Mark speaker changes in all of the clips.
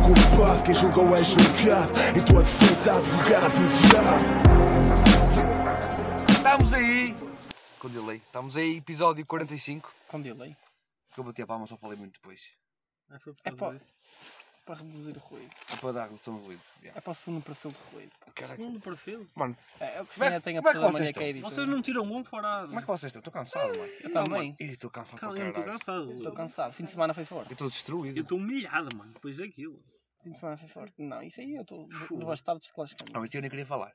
Speaker 1: julgado, quem julgou é julgado. Em tua defesa, advogado, diabo.
Speaker 2: Estamos aí! Com delay. Estamos aí, episódio 45.
Speaker 3: Com delay.
Speaker 2: Que eu bati a palma, só falei muito depois.
Speaker 3: É, foi por
Speaker 2: É
Speaker 3: causa
Speaker 2: pá.
Speaker 3: disso. Para reduzir o ruído.
Speaker 2: É para dar redução de ruído. Yeah.
Speaker 3: É para o segundo perfil de ruído.
Speaker 2: Caraca.
Speaker 4: Segundo perfil.
Speaker 2: Mano,
Speaker 3: É, eu que
Speaker 2: Como é-
Speaker 3: nem tenho a
Speaker 2: como é que
Speaker 3: pessoa
Speaker 2: vocês
Speaker 3: mania que é editor.
Speaker 4: Vocês não tiram um fora.
Speaker 2: como é que vocês estão? Estou cansado, mano.
Speaker 3: Eu também.
Speaker 2: Ih, Estou cansado
Speaker 4: Cara,
Speaker 2: para
Speaker 4: eu estou
Speaker 2: caralho.
Speaker 4: cansado.
Speaker 3: Estou cansado. Fim de semana foi
Speaker 2: Eu
Speaker 3: forte.
Speaker 2: estou
Speaker 4: Eu
Speaker 2: destruído.
Speaker 4: estou humilhado, mano, depois daquilo.
Speaker 3: Fim de semana foi forte. Não, isso aí eu estou
Speaker 4: Fu.
Speaker 3: devastado psicologicamente.
Speaker 2: Não, isso eu nem queria falar.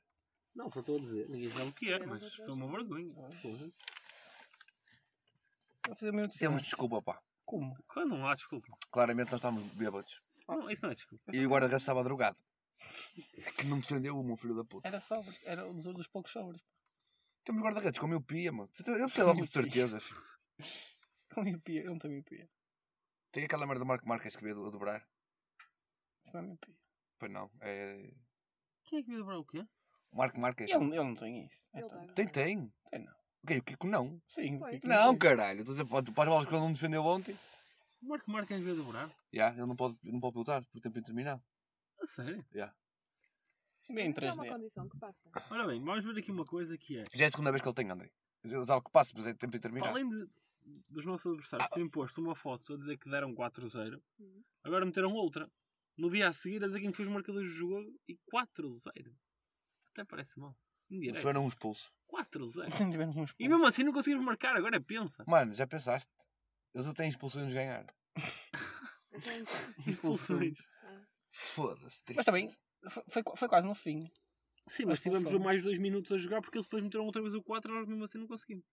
Speaker 4: Não, só estou a dizer. Ninguém sabe o que é, mas foi uma vergonha. Ah, Porra.
Speaker 3: Vou fazer um minuto de
Speaker 2: Temos
Speaker 3: silêncio.
Speaker 2: é desculpa, pá.
Speaker 3: Como?
Speaker 4: Claro, não há desculpa.
Speaker 2: Claramente nós estamos bêbados.
Speaker 4: Não, isso não é desculpa.
Speaker 2: E o guarda-redes estava drogado. Que não defendeu o meu filho da puta.
Speaker 3: Era sobre. Era um dos dos poucos sobres.
Speaker 2: Temos guarda-redes com miopia, mano. Eu percebo logo de certeza, filho.
Speaker 3: Com miopia. Eu não tenho miopia.
Speaker 2: Tem aquela merda do Marco Marques que veio a dobrar.
Speaker 3: Isso não é miopia.
Speaker 2: Pois não. É...
Speaker 4: Quem é que veio dobrar o quê?
Speaker 2: O Marco Marques.
Speaker 3: Ele, ele não tem isso.
Speaker 5: Ele
Speaker 3: Então,
Speaker 2: Tem, tem.
Speaker 3: Tem não.
Speaker 2: O quê? O Kiko não.
Speaker 3: Sim.
Speaker 5: Pois.
Speaker 3: miopia.
Speaker 2: Não, caralho. Estou a dizer para para as bolas que ele não defendeu ontem.
Speaker 4: O Marco Marques veio dobrar.
Speaker 2: Já, ele não pode, não pode pilotar por tempo indeterminado.
Speaker 4: A sério.
Speaker 3: Bem em
Speaker 5: Mas É uma
Speaker 3: 3D.
Speaker 5: condição que passa.
Speaker 4: Ora bem, vamos ver aqui uma coisa que é.
Speaker 2: Já é a segunda vez que ele tem, André. Ele sabe que passa, mas é tempo
Speaker 4: Para
Speaker 2: indeterminado.
Speaker 4: além de- dos nossos adversários terem posto uma foto a dizer que deram 4-0,
Speaker 5: Uhum.
Speaker 4: agora meteram outra. No dia a seguir a dizer quem fez os marcadores do jogo e 4-0. Até parece mal.
Speaker 2: Mas
Speaker 4: Indireto.
Speaker 2: foram um expulso.
Speaker 4: 4-0.
Speaker 3: Não tivemos uns
Speaker 2: É.
Speaker 4: E mesmo assim não conseguimos marcar, agora pensa.
Speaker 2: Mano, já pensaste? Eles até têm expulsões de ganhar.
Speaker 5: Até então.
Speaker 4: Expulsões.
Speaker 2: Foda-se. triste.
Speaker 3: Mas também, foi, foi, qu- foi quase no fim.
Speaker 4: Sim, mas
Speaker 3: Expulsão.
Speaker 4: tivemos mais dois minutos a jogar porque eles depois meteram outra vez o 4 e nós mesmo assim não conseguimos.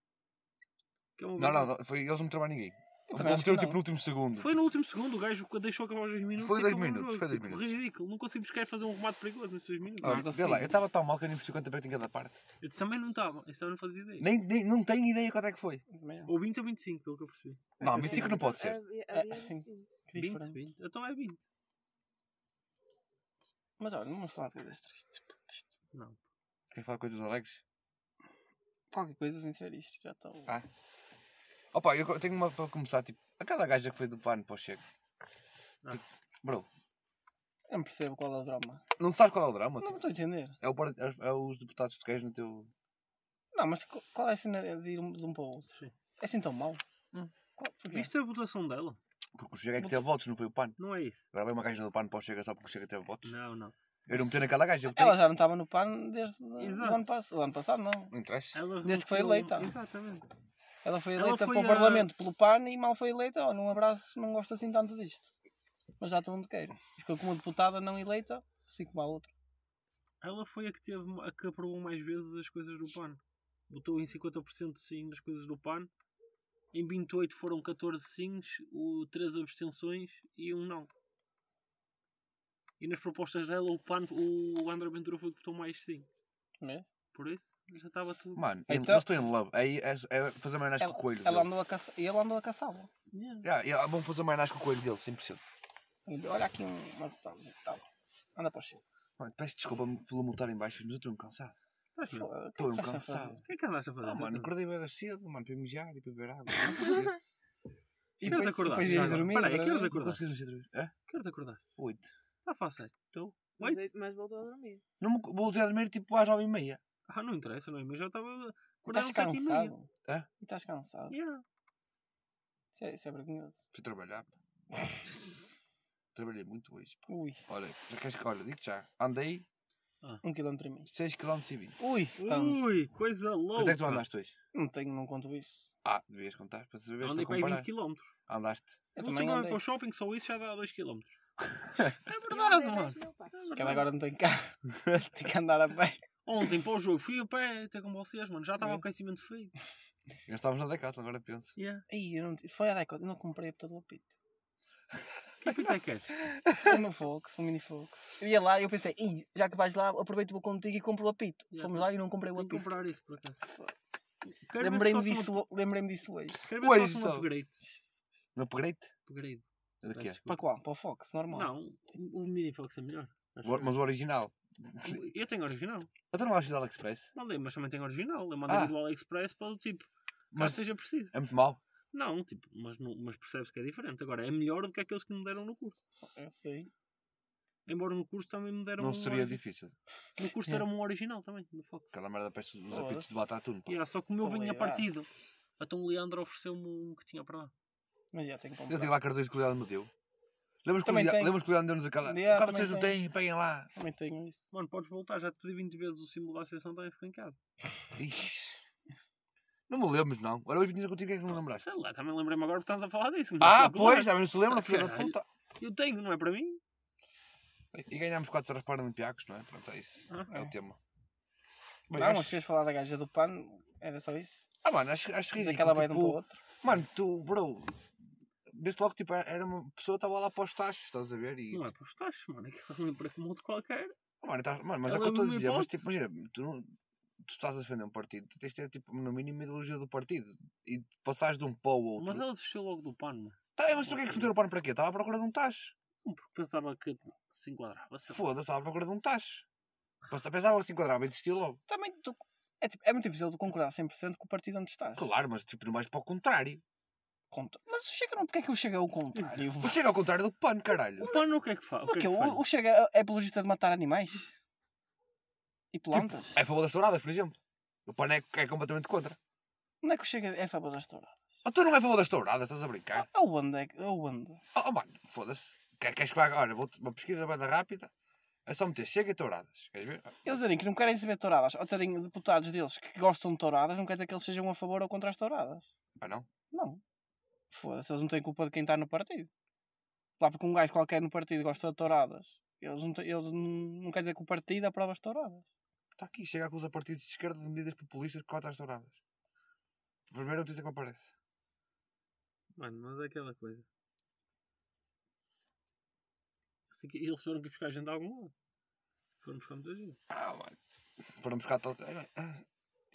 Speaker 4: Que é uma
Speaker 2: Não, não,
Speaker 4: vergonha.
Speaker 2: não foi, eles não trabalham ninguém.
Speaker 3: Eu
Speaker 2: Eles
Speaker 3: também acho que
Speaker 2: meteram tipo
Speaker 3: não.
Speaker 2: no último segundo.
Speaker 4: Foi no último segundo, o gajo que deixou acabar os dois minutos.
Speaker 2: Foi
Speaker 4: e
Speaker 2: dois
Speaker 4: acabou o
Speaker 2: minutos,
Speaker 4: jogo.
Speaker 2: foi dois
Speaker 4: Tipo,
Speaker 2: minutos.
Speaker 4: Ridículo, não conseguimos sequer fazer um remate perigoso nesses dois minutos.
Speaker 2: Olha,
Speaker 3: não
Speaker 2: vê lá,
Speaker 3: consigo.
Speaker 2: eu estava tão mal que eu nem percebi quanto aperto em cada parte.
Speaker 4: Eu também não estava, isso também não fazia ideia.
Speaker 2: Nem, nem- não tenho ideia quanto é que foi.
Speaker 3: Também não.
Speaker 4: Ou 20 ou 25, pelo que eu percebi.
Speaker 2: Não,
Speaker 3: É que
Speaker 2: mas
Speaker 3: sim.
Speaker 2: isso que não pode ser.
Speaker 5: Havia-
Speaker 3: É,
Speaker 5: havia
Speaker 4: assim.
Speaker 3: sim.
Speaker 5: sim.
Speaker 3: Que
Speaker 4: 20,
Speaker 3: diferente.
Speaker 4: 20. Então é 20.
Speaker 3: Mas olha, não vamos falar de coisas tristes. Tipo, porque isto-
Speaker 4: Não.
Speaker 2: Quer falar coisas alegres?
Speaker 3: Qualquer coisa sem ser isto, já estou.
Speaker 2: Ah. Opa, eu tenho uma para começar, tipo, aquela gaja que foi do pano para o Chego.
Speaker 4: Ah.
Speaker 2: Tipo, bro,
Speaker 3: Eu não percebo qual é o drama.
Speaker 2: não sabes qual é o drama?
Speaker 3: Não
Speaker 2: tipo?
Speaker 3: me estou a entender.
Speaker 2: É, o par- é- é os deputados de no teu.
Speaker 3: Não, mas qu- qual é a cena de ir um- de um para o outro?
Speaker 4: Sim. Hum.
Speaker 3: É assim tão mau? Qual, porquê?
Speaker 4: Viste é a votação dela?
Speaker 2: Porque o Chega é que teve votos, não foi o PAN.
Speaker 4: Não é isso.
Speaker 2: Agora vem uma gaja do PAN para o Chega só porque o Chega teve votos.
Speaker 4: Não, não.
Speaker 2: Eu não meter naquela gaja. Eu botei.
Speaker 3: Ela já não estava no PAN desde o
Speaker 4: Exato.
Speaker 3: ano passado. ano passado, não.
Speaker 2: Não interessa.
Speaker 4: Ela
Speaker 3: Desde que foi
Speaker 4: renunciou-
Speaker 3: eleita.
Speaker 4: Exatamente.
Speaker 3: Ela foi
Speaker 4: Ela
Speaker 3: eleita
Speaker 4: foi
Speaker 3: para o
Speaker 4: a-
Speaker 3: Parlamento pelo PAN e mal foi eleita. Olha, um abraço, não gosto assim tanto disto. Mas já estou onde quero. Ficou como deputada não eleita, assim como a outra.
Speaker 4: Ela foi a que, teve, a que aprovou mais vezes as coisas do PAN. Botou em 50% sim das coisas do PAN. Em 28 foram 14 sims, 3 abstenções e um não. E nas propostas dela, o PAN, o André Ventura foi o que botou mais sim.
Speaker 3: Não é?
Speaker 4: Por isso, já estava tudo.
Speaker 2: Mano,
Speaker 3: Então-
Speaker 2: eu estou em love. Aí é, é fazer mais com o coelho.
Speaker 3: Ela
Speaker 2: dele.
Speaker 3: andou a caça... Ele andou a caçá-la.
Speaker 4: Yeah.
Speaker 2: Yeah, yeah, vamos fazer mais com o coelho dele, 100%.
Speaker 3: Ele- Olha aqui um. uma deputada, deputada. Anda para o cheiro.
Speaker 2: Mano, peço desculpa pelo multar em baixo, mas eu estou mesmo cansado.
Speaker 4: Estás bem.
Speaker 2: Estou mesmo
Speaker 3: Estás a
Speaker 2: cansado.
Speaker 3: fazer?
Speaker 4: O que é que andaste a fazer?
Speaker 2: Ah, mano,
Speaker 4: exatamente?
Speaker 2: acordei bem da cedo, mano, para mijar e para beber água. Não consigo.
Speaker 3: E
Speaker 4: Queres
Speaker 3: depois-
Speaker 4: acordar?
Speaker 3: depois
Speaker 4: Já
Speaker 3: ias
Speaker 4: agora.
Speaker 3: dormir,
Speaker 4: Peraí,
Speaker 3: outra vez?
Speaker 4: queres
Speaker 2: Não
Speaker 4: acordar?
Speaker 2: consegues mexer outra vez. Hã?
Speaker 4: Queres acordar?
Speaker 2: Oito.
Speaker 4: Está fácil.
Speaker 2: Estou.
Speaker 4: Oi?
Speaker 5: Mas- Mas voltou a dormir.
Speaker 4: É
Speaker 2: Não me voltei a dormir tipo às nove e meia.
Speaker 4: Ah, não interessa, não é? Mas já estava. a Acordar
Speaker 3: Estás
Speaker 4: às sete e meia. É?
Speaker 3: cansado.
Speaker 2: Hã?
Speaker 3: E estás cansado.
Speaker 4: Yeah.
Speaker 3: Isso é, isso é vergonhoso.
Speaker 2: Fui trabalhar. pá. Trabalhei muito hoje. pá.
Speaker 3: Ui,
Speaker 2: Olha, já queres que olha, digo-te já. Andei
Speaker 3: um quilómetro e meio.
Speaker 2: 6,5 km.
Speaker 3: Ui, tanto.
Speaker 4: Ui, coisa louca.
Speaker 2: Quanto é que tu andaste hoje?
Speaker 3: Não tenho, não conto isso.
Speaker 2: Ah, devias contar para saber.
Speaker 4: Andei para
Speaker 2: para
Speaker 4: aí
Speaker 2: comparar.
Speaker 4: 20km.
Speaker 2: Andaste.
Speaker 3: Eu
Speaker 4: Vou
Speaker 3: também
Speaker 4: chamar
Speaker 3: andei.
Speaker 4: para o shopping, só isso já dá 2km. é
Speaker 5: Eu
Speaker 4: verdade,
Speaker 5: andei
Speaker 4: mano.
Speaker 5: dez mil passos.
Speaker 3: Porque ela agora não tem carro. tem que andar a pé.
Speaker 4: Ontem para o jogo fui a pé até com vocês, mano. Já estava
Speaker 2: É.
Speaker 3: Sim.
Speaker 4: o aquecimento feio.
Speaker 2: Nós estávamos na Decathlon, agora penso.
Speaker 4: Yeah.
Speaker 3: Ai, eu não, foi a Deco, eu não comprei a todo o apito.
Speaker 4: Que apito é que és?
Speaker 3: Foi no Fox, no Mini Fox. Eu ia lá e eu pensei, "Ih, já que vais lá, aproveito vou contigo e compro o apito.
Speaker 4: Já,
Speaker 3: Fomos lá e não comprei o
Speaker 4: Vou
Speaker 3: apito.
Speaker 4: comprar isso por acaso. Quero ver se
Speaker 3: Lembrei-me
Speaker 4: faço um
Speaker 3: disso,
Speaker 4: up-
Speaker 3: lembrei disso hoje.
Speaker 4: Quero ver se
Speaker 2: Hoje
Speaker 4: faço um
Speaker 2: só.
Speaker 4: upgrade.
Speaker 2: No upgrade?
Speaker 4: Upgrade.
Speaker 2: De quê?
Speaker 4: Peço
Speaker 3: Para
Speaker 4: desculpa.
Speaker 3: qual? Para o Fox, normal.
Speaker 4: Não, o Mini Fox é melhor. Acho
Speaker 2: O- Mas o original.
Speaker 4: eu. Eu tenho original.
Speaker 2: Até não acho do AliExpress.
Speaker 4: Mandei, mas também tem original. Eu mandei
Speaker 2: Ah.
Speaker 4: do AliExpress para o tipo, mas
Speaker 2: Mas
Speaker 4: seja preciso.
Speaker 2: é muito mau.
Speaker 4: Não, tipo, mas, não- mas percebes que é diferente. Agora, é melhor do que aqueles que me deram no curso.
Speaker 3: Eu sei.
Speaker 4: Embora no curso também me deram
Speaker 2: Não
Speaker 4: um
Speaker 2: seria
Speaker 4: origi-
Speaker 2: difícil.
Speaker 4: No curso era um original também, no Fox.
Speaker 2: Aquela merda parece os
Speaker 3: Foda-se.
Speaker 2: apitos de Batatune. pá.
Speaker 4: Yeah, só que o meu
Speaker 3: Estão
Speaker 4: vinha
Speaker 3: ligados.
Speaker 4: partido. Então o Leandro ofereceu-me um que tinha para lá.
Speaker 3: Mas já tenho que
Speaker 2: Eu tenho
Speaker 3: comprar.
Speaker 2: lá cartões que o Leandro me deu. Lembras que, o
Speaker 3: Também
Speaker 2: Lea-
Speaker 3: tenho.
Speaker 2: lembras que o Leandro deu-nos aquela.
Speaker 3: Yeah,
Speaker 2: Yeah, vocês não
Speaker 3: também
Speaker 2: têm, peguem lá.
Speaker 3: Também tenho isso.
Speaker 4: Mano, podes voltar, já te pedi 20 vezes o símbolo da associação, também fica em casa.
Speaker 2: Ixi. Não me lembro, não. Agora eu tinha contigo que é que não lembraste.
Speaker 4: Sei lá, também lembrei-me agora porque estamos a falar disso. não
Speaker 2: Ah,
Speaker 4: estou a
Speaker 2: pois,
Speaker 4: acordar.
Speaker 2: também não se lembra, filho da
Speaker 4: Caralho.
Speaker 2: puta.
Speaker 4: Eu tenho, não é para mim?
Speaker 2: E ganhámos 4 horas para Olympiacos, não é? Pronto, é isso.
Speaker 4: Ah,
Speaker 2: É
Speaker 3: é.
Speaker 2: o tema. Bem,
Speaker 3: Não, mas
Speaker 2: acho-
Speaker 3: querias falar da gaja do pano, era só isso?
Speaker 2: Ah, mano, acho, acho
Speaker 3: Diz
Speaker 2: ridículo.
Speaker 3: aquela vai de um
Speaker 2: tipo,
Speaker 3: para o outro.
Speaker 2: Mano, tu, bro, vês logo que tipo, era uma pessoa que estava lá para os tachos, estás a ver? E,
Speaker 4: Não é para os tachos, mano. Aquilo lembra como outro qualquer.
Speaker 2: Ah, mano, estás- mano, mas é o
Speaker 4: Ela
Speaker 2: que eu estou a
Speaker 4: lembra-me
Speaker 2: dizer, mas tipo,
Speaker 4: hipótese.
Speaker 2: imagina, tu, não- tu estás a defender um partido, tu tens de ter tipo, no mínimo, a ideologia do partido e passares de um pó ao outro.
Speaker 4: Mas ela desistiu logo do pano, mano. Hum,
Speaker 2: Tá, mas porquê é que se meteram o pano para quê? Estava à procura de um tacho.
Speaker 4: Porque pensava que se enquadrava. sei lá.
Speaker 2: Foda-se, estava à procura de um tacho. Pensa- Pensava que se enquadrava e desistiu logo.
Speaker 3: Também tu- é, tipo, é muito difícil de concordar 100% com o partido onde estás.
Speaker 2: Claro, mas tipo, não mais para o contrário.
Speaker 3: Conto- Mas o Chega não, porque é que o Chega é o contrário?
Speaker 2: Mas chega ao contrário do pano, caralho.
Speaker 4: O pano o que é que faz? O que é
Speaker 3: Porque
Speaker 4: que
Speaker 3: o,
Speaker 4: faz?
Speaker 3: o Chega é apologista de matar animais? E plantas?
Speaker 2: É a favor das touradas, por exemplo. O pano é, é completamente contra.
Speaker 3: Não é que o Chega é a favor da história?
Speaker 2: Ah, tu não é a favor das touradas, estás a brincar?
Speaker 3: Aonde é que... Aonde?
Speaker 2: Oh, oh, mano, foda-se. Que- Queres que vá agora? Vou uma pesquisa bem rápida. É só meter chega e touradas. Queres ver?
Speaker 3: Eles dizerem que não querem saber de touradas, ou terem deputados deles que gostam de touradas, não quer dizer que eles sejam a favor ou contra as touradas.
Speaker 2: Ah, não?
Speaker 3: Não. Foda-se, eles não têm culpa de quem está no partido. Lá porque um gajo qualquer no partido gosta de touradas. Eles não, têm- eles não, não quer dizer que o partido aprova as touradas.
Speaker 2: Está Tá aqui. Chega a acusar partidos de esquerda de medidas populistas contra as touradas. Primeira notícia que me aparece.
Speaker 4: Mano, mas é aquela coisa. Assim que eles foram que buscar a gente a algum lado. Foram buscar muita gente.
Speaker 2: Ah, mano. Foram buscar todo...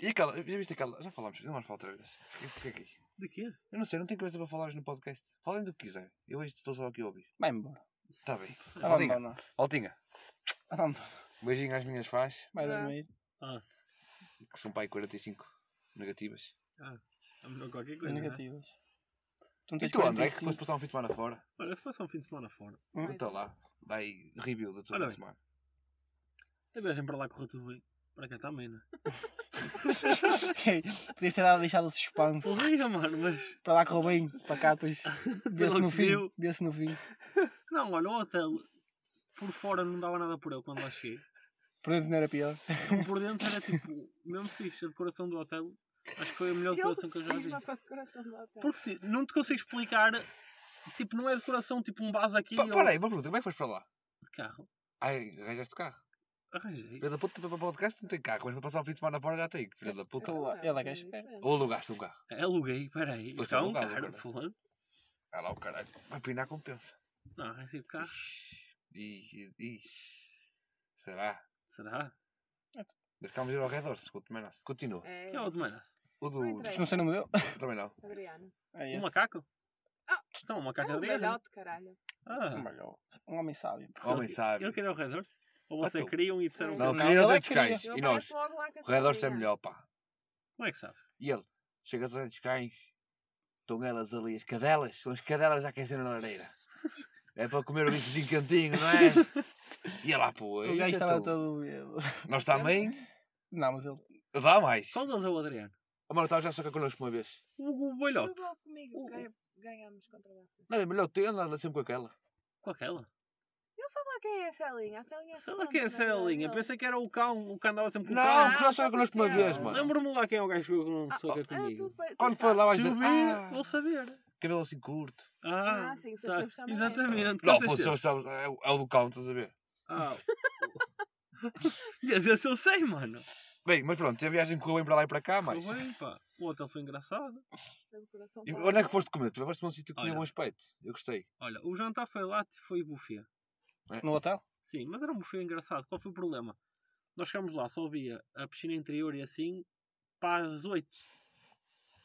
Speaker 2: E aquela... Já viste aquela... Já falámos. Não mais falo outra vez. Fiquei- Fiquei aqui.
Speaker 4: De quê?
Speaker 2: Eu não sei. Não tenho coisa para falar hoje no podcast. Falem do que quiser. Eu isto estou só aqui a ouvir.
Speaker 3: Vai embora.
Speaker 2: Está bem. Voltinha.
Speaker 3: Abandona.
Speaker 2: Voltinha.
Speaker 3: Abandona.
Speaker 2: Beijinho às minhas fãs.
Speaker 3: Vai
Speaker 5: Vá.
Speaker 3: dormir.
Speaker 4: Ah,
Speaker 2: Que são pai 45 negativas.
Speaker 4: é melhor qualquer coisa. né?
Speaker 3: Negativas. Tu não
Speaker 2: E
Speaker 3: tens
Speaker 2: tu, André, que
Speaker 3: 45.
Speaker 2: foste passar um fim de semana fora?
Speaker 4: Olha, faça um fim de semana fora.
Speaker 3: Hum.
Speaker 2: Está tá lá. Vai review da tua
Speaker 4: Ora
Speaker 2: fim de
Speaker 4: bem.
Speaker 2: semana.
Speaker 4: A viagem para lá correu tudo bem. Para cá também, né?
Speaker 3: Podias ter dado deixado o suspense.
Speaker 4: Corria, mano, mas.
Speaker 3: Para lá correu bem. Para cá depois vê-se
Speaker 4: Pelo
Speaker 3: no
Speaker 4: que
Speaker 3: fim.
Speaker 4: deu.
Speaker 3: Vê-se no fim.
Speaker 4: Não, olha, o hotel. Por fora não dava nada por ele quando lá cheguei.
Speaker 3: Por não era pior.
Speaker 4: Então, por dentro era tipo, mesmo fixe. A decoração do hotel. Acho que foi a melhor decoração que eu já vi.
Speaker 5: Para o coração do hotel.
Speaker 4: Porque ti- não te consigo explicar. Tipo, não é decoração tipo um vaso aqui.
Speaker 2: Pa
Speaker 4: ou-
Speaker 2: para aí, uma pergunta. Como é que foste para lá?
Speaker 4: De carro.
Speaker 2: Ai, arranjaste o carro.
Speaker 4: Arranjei.
Speaker 2: Filha da puta, para o podcast não tem carro. Mas para passar o fim de semana fora já tem. Filha da puta.
Speaker 3: Claro.
Speaker 5: Ah,
Speaker 3: Ela é que é
Speaker 5: é
Speaker 3: esperta.
Speaker 5: diferente.
Speaker 2: Ou alugaste um carro.
Speaker 4: Aluguei, peraí.
Speaker 2: Pois
Speaker 4: Então,
Speaker 2: alugado,
Speaker 4: cara,
Speaker 2: cara.
Speaker 4: foda-se.
Speaker 2: Ah lá o caralho. Vai pinar compensa.
Speaker 4: Não, arranjei o carro.
Speaker 2: Ixi. Ixi. Ixi. Será?
Speaker 4: Será?
Speaker 2: Deixámos ir ao redor, se escuto mais nada. Continua.
Speaker 5: É,
Speaker 4: Que é o de Manas?
Speaker 2: O do.
Speaker 5: Não entrei.
Speaker 3: Não sei o nome dele.
Speaker 2: Também não.
Speaker 5: Adriano.
Speaker 3: É
Speaker 4: Um
Speaker 3: esse.
Speaker 4: macaco?
Speaker 5: Ah.
Speaker 4: Então, um macaco
Speaker 5: É um
Speaker 4: Adriano.
Speaker 5: malhote, caralho.
Speaker 2: Oh
Speaker 3: Um
Speaker 4: Ah,
Speaker 3: malhote. Um homem sábio.
Speaker 2: Homem
Speaker 4: ele
Speaker 2: sábio.
Speaker 4: queria o redor? Ou um
Speaker 2: Ah,
Speaker 4: vocês
Speaker 2: tu.
Speaker 4: queriam e disseram que
Speaker 2: Não,
Speaker 3: Não,
Speaker 2: querias
Speaker 3: ele é
Speaker 2: outros
Speaker 3: que queria.
Speaker 2: cães.
Speaker 5: Eu
Speaker 2: E nós?
Speaker 5: apareço logo lá com
Speaker 2: O
Speaker 5: a
Speaker 2: redor é
Speaker 5: Sabrina.
Speaker 2: melhor, pá.
Speaker 4: Como é que sabe?
Speaker 2: E ele? Chegas aos cães. Estão elas ali, as cadelas. São as cadelas a aquecer na lareira. É para comer o bifozinho cantinho, não é? E lá, pô.
Speaker 3: o
Speaker 2: isso é
Speaker 3: gajo estava
Speaker 2: tudo.
Speaker 3: todo bêbado.
Speaker 2: Nós também.
Speaker 3: Não, mas ele.
Speaker 2: Dá mais.
Speaker 4: Qual deles é o Adriano?
Speaker 2: O Mano estava já só connosco uma vez.
Speaker 4: O, o boilote.
Speaker 5: Jogou comigo,
Speaker 4: Uh,
Speaker 2: O-
Speaker 5: ganha- ganhamos contra vocês.
Speaker 2: Não, é melhor ter andado sempre com aquela.
Speaker 4: Com aquela?
Speaker 5: Eu sei lá quem é a Celinha. A Celinha é
Speaker 4: Sei lá quem é essa linha. Pensei que era o cão, o cão andava sempre com o
Speaker 2: Não,
Speaker 4: cão.
Speaker 2: que Então, já só é
Speaker 5: não,
Speaker 2: connosco uma
Speaker 5: não.
Speaker 2: vez,
Speaker 5: Não,
Speaker 2: mano.
Speaker 4: Lembro-me lá quem é o gajo que eu
Speaker 5: Ah,
Speaker 4: não sou comigo.
Speaker 2: Quando foi lá, vais
Speaker 4: Se eu
Speaker 2: dizer.
Speaker 4: ver, vou
Speaker 2: Ah,
Speaker 4: saber.
Speaker 2: cabelo assim curto.
Speaker 4: Ah,
Speaker 5: Ah, sim, o seu
Speaker 4: tá.
Speaker 5: chefe também é.
Speaker 4: Exatamente.
Speaker 2: Não,
Speaker 4: vocês
Speaker 2: fosse eu,
Speaker 4: sabem.
Speaker 2: estava- é o é o do cão, estás a ver?
Speaker 4: Ah. Mas esse eu sei, mano.
Speaker 2: Bem, mas pronto, a viagem correu bem para lá e para cá, mas.
Speaker 4: Mas... Bem, pá. O hotel foi engraçado.
Speaker 2: E Onde é que foste comer? Tu levaste-me a um sítio que tinha
Speaker 4: Olha.
Speaker 2: bom aspecto. Eu gostei.
Speaker 4: Olha, o jantar foi lá, foi buffet.
Speaker 3: No hotel?
Speaker 4: Sim, mas era um buffet engraçado. Qual foi o problema? Nós chegámos lá, só havia a piscina interior e assim, para as 8.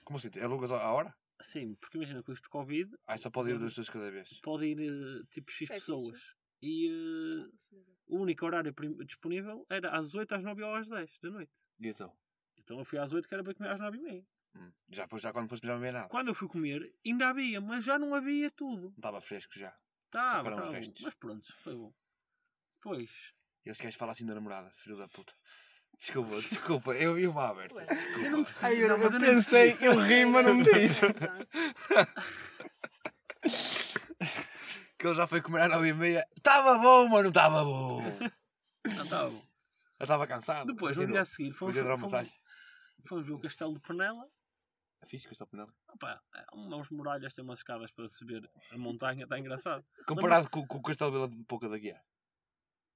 Speaker 2: Como assim? Alugas à hora?
Speaker 4: Sim, porque imagina, com isto de Covid,
Speaker 2: Ah, só pode ir duas pessoas cada vez.
Speaker 4: pode ir eh, tipo X
Speaker 5: Seis
Speaker 4: pessoas. E eh, o único horário prim- disponível era às 8, às 9 ou às 10 da noite.
Speaker 2: E então?
Speaker 4: Então eu fui às 8 que era para comer às 9 e meia.
Speaker 2: Hum, Já foi já quando foste melhor não ver nada.
Speaker 4: Quando eu fui comer, ainda havia, mas já não havia tudo.
Speaker 2: Não estava fresco já.
Speaker 4: Tá,
Speaker 2: Ficaram
Speaker 4: tá
Speaker 2: os
Speaker 4: bom.
Speaker 2: restos.
Speaker 4: mas pronto, foi bom. Pois.
Speaker 2: E Eles querem falar assim da namorada, filho da puta. Desculpa, desculpa, eu e o Albert.
Speaker 5: Ué.
Speaker 4: Eu
Speaker 2: Desculpa.
Speaker 4: não percebi.
Speaker 3: Ai, eu,
Speaker 4: não,
Speaker 3: eu
Speaker 4: mas eu não
Speaker 3: pensei,
Speaker 4: percebi.
Speaker 3: eu ri, mas não disse.
Speaker 2: Que ele já foi comer às 9 e meia. Estava bom, mas não estava bom. Eu
Speaker 4: Ah, tá bom.
Speaker 2: estava cansado. Um
Speaker 4: Depois, no
Speaker 2: Continua.
Speaker 4: dia a seguir,
Speaker 2: Fui
Speaker 4: fomos,
Speaker 2: dar uma
Speaker 4: fomos-
Speaker 2: massagem.
Speaker 4: fomos ver o castelo de Penela.
Speaker 2: Fiz que estou penal.
Speaker 4: Opa, há umas muralhas, tem umas escadas para subir a montanha, está engraçado.
Speaker 2: Comparado com, com o Castelo Vila de Pouca da Guiar.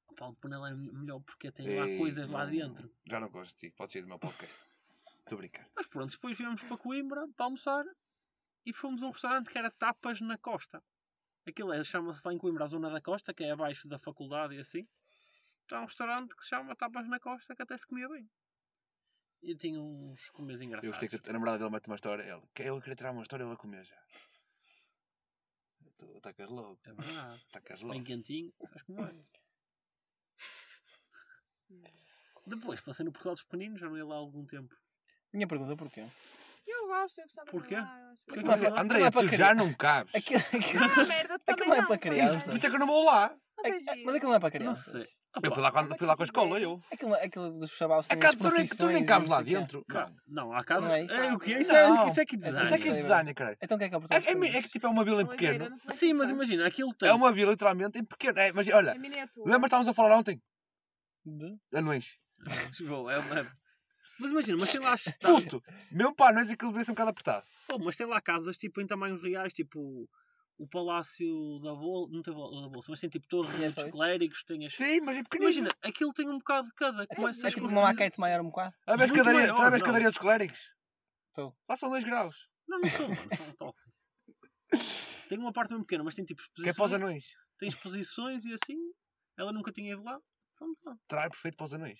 Speaker 4: Opa, o de Penela é melhor porque tem lá
Speaker 2: Ei,
Speaker 4: coisas lá
Speaker 2: Eh, não-
Speaker 4: dentro.
Speaker 2: Já não gosto de ti, pode ser do meu podcast. Estou a brincar.
Speaker 4: Mas pronto, depois viemos para Coimbra para almoçar e fomos a um restaurante que era Tapas na Costa. Aquilo é, chama-se lá em Coimbra a Zona da Costa, que é abaixo da faculdade e assim. Está um restaurante que se chama Tapas na Costa, que até se comia bem. E tinha uns comidas
Speaker 2: Eu
Speaker 4: engraçados.
Speaker 2: gostei que a namorada dele mete uma história. Ele, que eu queria tirar uma história, ele a comer já. tá Tu Atacas logo,
Speaker 4: É verdade.
Speaker 2: atacas
Speaker 4: Bem
Speaker 2: logo.
Speaker 4: quentinho, sabes como é. Depois, passei no Portal dos Peninos, já não ia lá há algum tempo.
Speaker 3: Minha pergunta, é porquê?
Speaker 5: Eu gosto, eu gostava
Speaker 4: Porquê?
Speaker 5: de lá. eu acho
Speaker 4: Porquê
Speaker 5: que-
Speaker 4: que não-
Speaker 2: André,
Speaker 3: Aquilo é para
Speaker 2: tu já
Speaker 3: criança.
Speaker 2: não cabes.
Speaker 3: Aquilo,
Speaker 5: Ah, merda, tu
Speaker 3: Aquilo
Speaker 5: também
Speaker 3: não é
Speaker 5: não,
Speaker 3: para
Speaker 5: pois
Speaker 3: é criança.
Speaker 2: Isso, por isso é que eu não vou lá.
Speaker 5: Mas é
Speaker 3: aqu-
Speaker 5: giro.
Speaker 3: mas aquilo não é para
Speaker 4: Não
Speaker 3: crianças.
Speaker 4: sei.
Speaker 2: Eu fui lá, quando, fui lá com a escola, eu.
Speaker 3: Aquilo, aquilo dos chavalos
Speaker 2: A
Speaker 3: têm
Speaker 2: casa, É
Speaker 3: as
Speaker 2: tu nem, tu nem
Speaker 3: profissões e
Speaker 2: cabes
Speaker 3: não
Speaker 2: lá
Speaker 3: sei o quê.
Speaker 2: dentro.
Speaker 4: Ca-
Speaker 2: Mano,
Speaker 4: Não, há casas.
Speaker 3: Não é isso?
Speaker 4: É, o quê?
Speaker 5: Não.
Speaker 4: Isso é, isso é que
Speaker 3: Isso
Speaker 4: design.
Speaker 2: Isso é que é
Speaker 3: sei,
Speaker 2: design, caralho.
Speaker 3: Então o que é que é o
Speaker 2: É,
Speaker 3: portal dos
Speaker 2: é, é que tipo, é uma vila em
Speaker 5: Oliveira,
Speaker 2: pequeno.
Speaker 5: não te vais
Speaker 4: Sim, mas
Speaker 5: ficar.
Speaker 4: imagina, aquilo tem.
Speaker 2: É uma vila, literalmente, em pequeno. É, mas olha,
Speaker 5: É miniatura.
Speaker 2: lembra que estávamos a falar ontem?
Speaker 3: De?
Speaker 2: Anões.
Speaker 4: Bom, é uma- Mas imagina, mas tem lá. as-
Speaker 2: Puto! Mesmo para anões aquilo devia ser um bocado apertado.
Speaker 4: Pô, mas tem lá casas tipo em tamanhos reais, tipo o Palácio da Bolsa. Não tem bol- da Bolsa, mas tem tipo torres
Speaker 3: E é só
Speaker 4: dos
Speaker 3: isso?
Speaker 4: clérigos, tem as.
Speaker 2: Sim, mas é pequenino.
Speaker 4: Imagina, aquilo tem um bocado de cada.
Speaker 3: É
Speaker 4: Começa as
Speaker 3: tipo
Speaker 4: coisas-
Speaker 3: uma maquete maior Então. um bocado.
Speaker 2: A
Speaker 4: Muito
Speaker 2: escadaria,
Speaker 4: maior,
Speaker 2: tu a
Speaker 4: não.
Speaker 2: escadaria dos clérigos?
Speaker 3: Estou.
Speaker 2: Lá são 2 graus.
Speaker 4: Não, não sou, mano, sou um tóxico. Tem uma parte mesmo pequena, mas tem tipo
Speaker 2: Que é para os
Speaker 4: exposições.
Speaker 2: anões.
Speaker 4: tem exposições e assim. Ela nunca tinha ido lá. Vamos lá.
Speaker 2: Trai perfeito para os anões.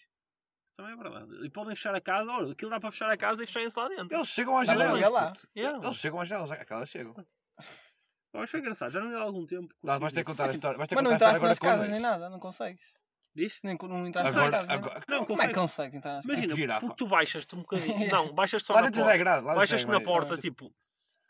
Speaker 4: Isso também é verdade. E podem fechar a casa, olha, aquilo dá para fechar a casa e fecharem-se lá dentro.
Speaker 2: Eles chegam às
Speaker 3: Dá para
Speaker 2: janelas.
Speaker 3: ver lá.
Speaker 2: puto.
Speaker 4: Yeah.
Speaker 2: Eles chegam às janelas, aquelas chegam.
Speaker 4: Eu achei engraçado, já não ia há algum tempo.
Speaker 2: Lá vais ter que contar a história. Vais ter que
Speaker 3: Assim, Mas não
Speaker 2: contar a história
Speaker 3: entraste
Speaker 2: agora
Speaker 3: nas
Speaker 2: com
Speaker 3: casas nem
Speaker 2: anões.
Speaker 3: nada, não consegues.
Speaker 4: Diz?
Speaker 3: Nem, não entraste nas
Speaker 2: Agora,
Speaker 3: casas. nem nada.
Speaker 2: agora.
Speaker 4: Não,
Speaker 3: Como é que
Speaker 4: consegue.
Speaker 3: consegues entrar nas casas?
Speaker 4: Imagina,
Speaker 2: girafa.
Speaker 4: porque tu baixas-te um bocadinho. não, baixas só
Speaker 2: Lá
Speaker 4: na
Speaker 2: dentro é
Speaker 4: porta.
Speaker 2: grau. lá dentro
Speaker 4: Baixas-te
Speaker 2: é
Speaker 4: na
Speaker 2: grau.
Speaker 4: porta, tipo.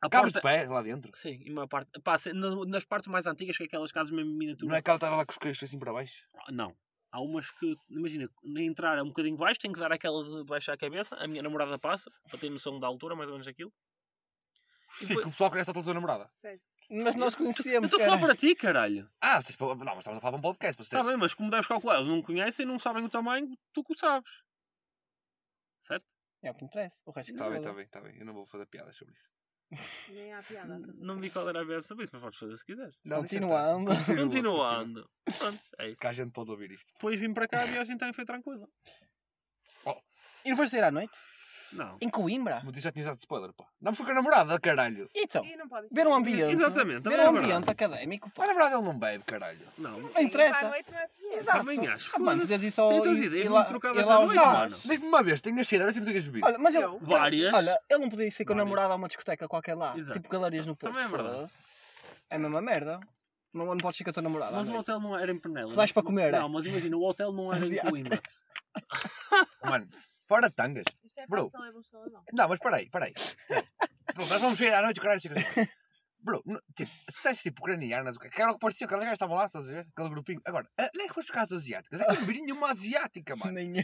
Speaker 4: A
Speaker 2: Cabes
Speaker 4: porta.
Speaker 2: de pé lá dentro.
Speaker 4: Sim, e uma parte. Pá, se- na- nas partes mais antigas, que é aquelas casas mesmo
Speaker 2: Tu não é
Speaker 4: miniaturas.
Speaker 2: que ela estava lá com os queixos assim para baixo?
Speaker 4: Não. Há umas que, imagina, na entrar é um bocadinho baixo, tem que dar aquela de baixar a cabeça. A minha namorada passa, para ter noção da altura, mais ou menos aquilo. E
Speaker 2: Sim,
Speaker 4: depois-
Speaker 2: que Tipo, o pessoal conhece a tua namorada.
Speaker 5: Certo.
Speaker 3: Mas nós
Speaker 4: Eu
Speaker 3: conhecíamos.
Speaker 4: estou a falar
Speaker 3: caralho.
Speaker 4: para ti, caralho.
Speaker 2: Ah, vocês, não, mas estamos a falar para um podcast. Vocês,
Speaker 4: Está bem, mas como deves calcular, eles não conhecem, não sabem o tamanho, tu que o sabes. Certo?
Speaker 3: É o que me interessa. O resto
Speaker 2: Está Tá bem,
Speaker 3: é
Speaker 2: está bem, está bem. Eu não vou fazer piadas sobre isso.
Speaker 5: Nem há piada.
Speaker 4: N- Não vi qual era a beça sobre isso, mas podes fazer se quiseres.
Speaker 2: Não, deixa estar.
Speaker 3: Continuando.
Speaker 2: Continua, continua.
Speaker 4: Continuando. Pronto, é isso.
Speaker 2: Que a gente pode ouvir isto.
Speaker 4: Depois vim para cá, a viagem também foi tranquila.
Speaker 3: E não foste sair à noite?
Speaker 4: Não.
Speaker 3: Em Coimbra?
Speaker 2: Como disse, Ah, já tinha dado spoiler, pá. Não foi com a namorada, caralho.
Speaker 3: E então?
Speaker 5: E não pode
Speaker 3: Ver um
Speaker 5: ser.
Speaker 3: ambiente. Ver
Speaker 4: Exatamente, também é
Speaker 3: um ambiente
Speaker 4: verdade.
Speaker 3: académico.
Speaker 2: A
Speaker 3: Pá.
Speaker 2: namorada ele não bebe, caralho.
Speaker 4: Não.
Speaker 5: Sim,
Speaker 3: interessa.
Speaker 5: à noite não é piada.
Speaker 3: Exato.
Speaker 4: Também acho.
Speaker 3: Ah, mano,
Speaker 4: Foda-se.
Speaker 3: podias ir só.
Speaker 4: Tens as
Speaker 3: ir-
Speaker 4: ideias
Speaker 3: ir
Speaker 4: muito trocadas
Speaker 3: ir lá
Speaker 4: à
Speaker 3: aos
Speaker 4: noite,
Speaker 3: bares.
Speaker 4: mano.
Speaker 2: Diz-me uma vez, tenho cheiro, agora temos que bebido.
Speaker 3: Olha, mas ele.
Speaker 5: Eu.
Speaker 4: Várias.
Speaker 3: Olha, ele não podia ir sair com a
Speaker 4: Várias.
Speaker 3: namorada a uma discoteca qualquer lá.
Speaker 4: Exato.
Speaker 3: Tipo galerias no Porto.
Speaker 4: Também é verdade.
Speaker 3: foda-se. É a mesma merda. Não, não podes ir com a tua namorada. à
Speaker 4: Mas o
Speaker 3: noite.
Speaker 4: hotel não era em Penela.
Speaker 3: Se vais para comer,
Speaker 4: Não,
Speaker 3: é?
Speaker 4: mas imagina, o hotel não era em
Speaker 3: Asiático.
Speaker 4: Coimbra.
Speaker 2: Mano, fora de tangas.
Speaker 5: Isto é
Speaker 2: Bro.
Speaker 5: fácil, é bom só, não.
Speaker 2: Não, mas peraí, peraí. Bro, nós vamos sair à noite, o caralho, sei que eu sei. Bro, não- tipo, se estás tipo ucranianas, o que que era o que parecia, aquelas gajas estavam lá, estás a ver? Aquele grupinho. Agora, ah, onde é que foste buscar as asiáticas? É que eu não vi nenhuma asiática, mano.
Speaker 3: Nenhum.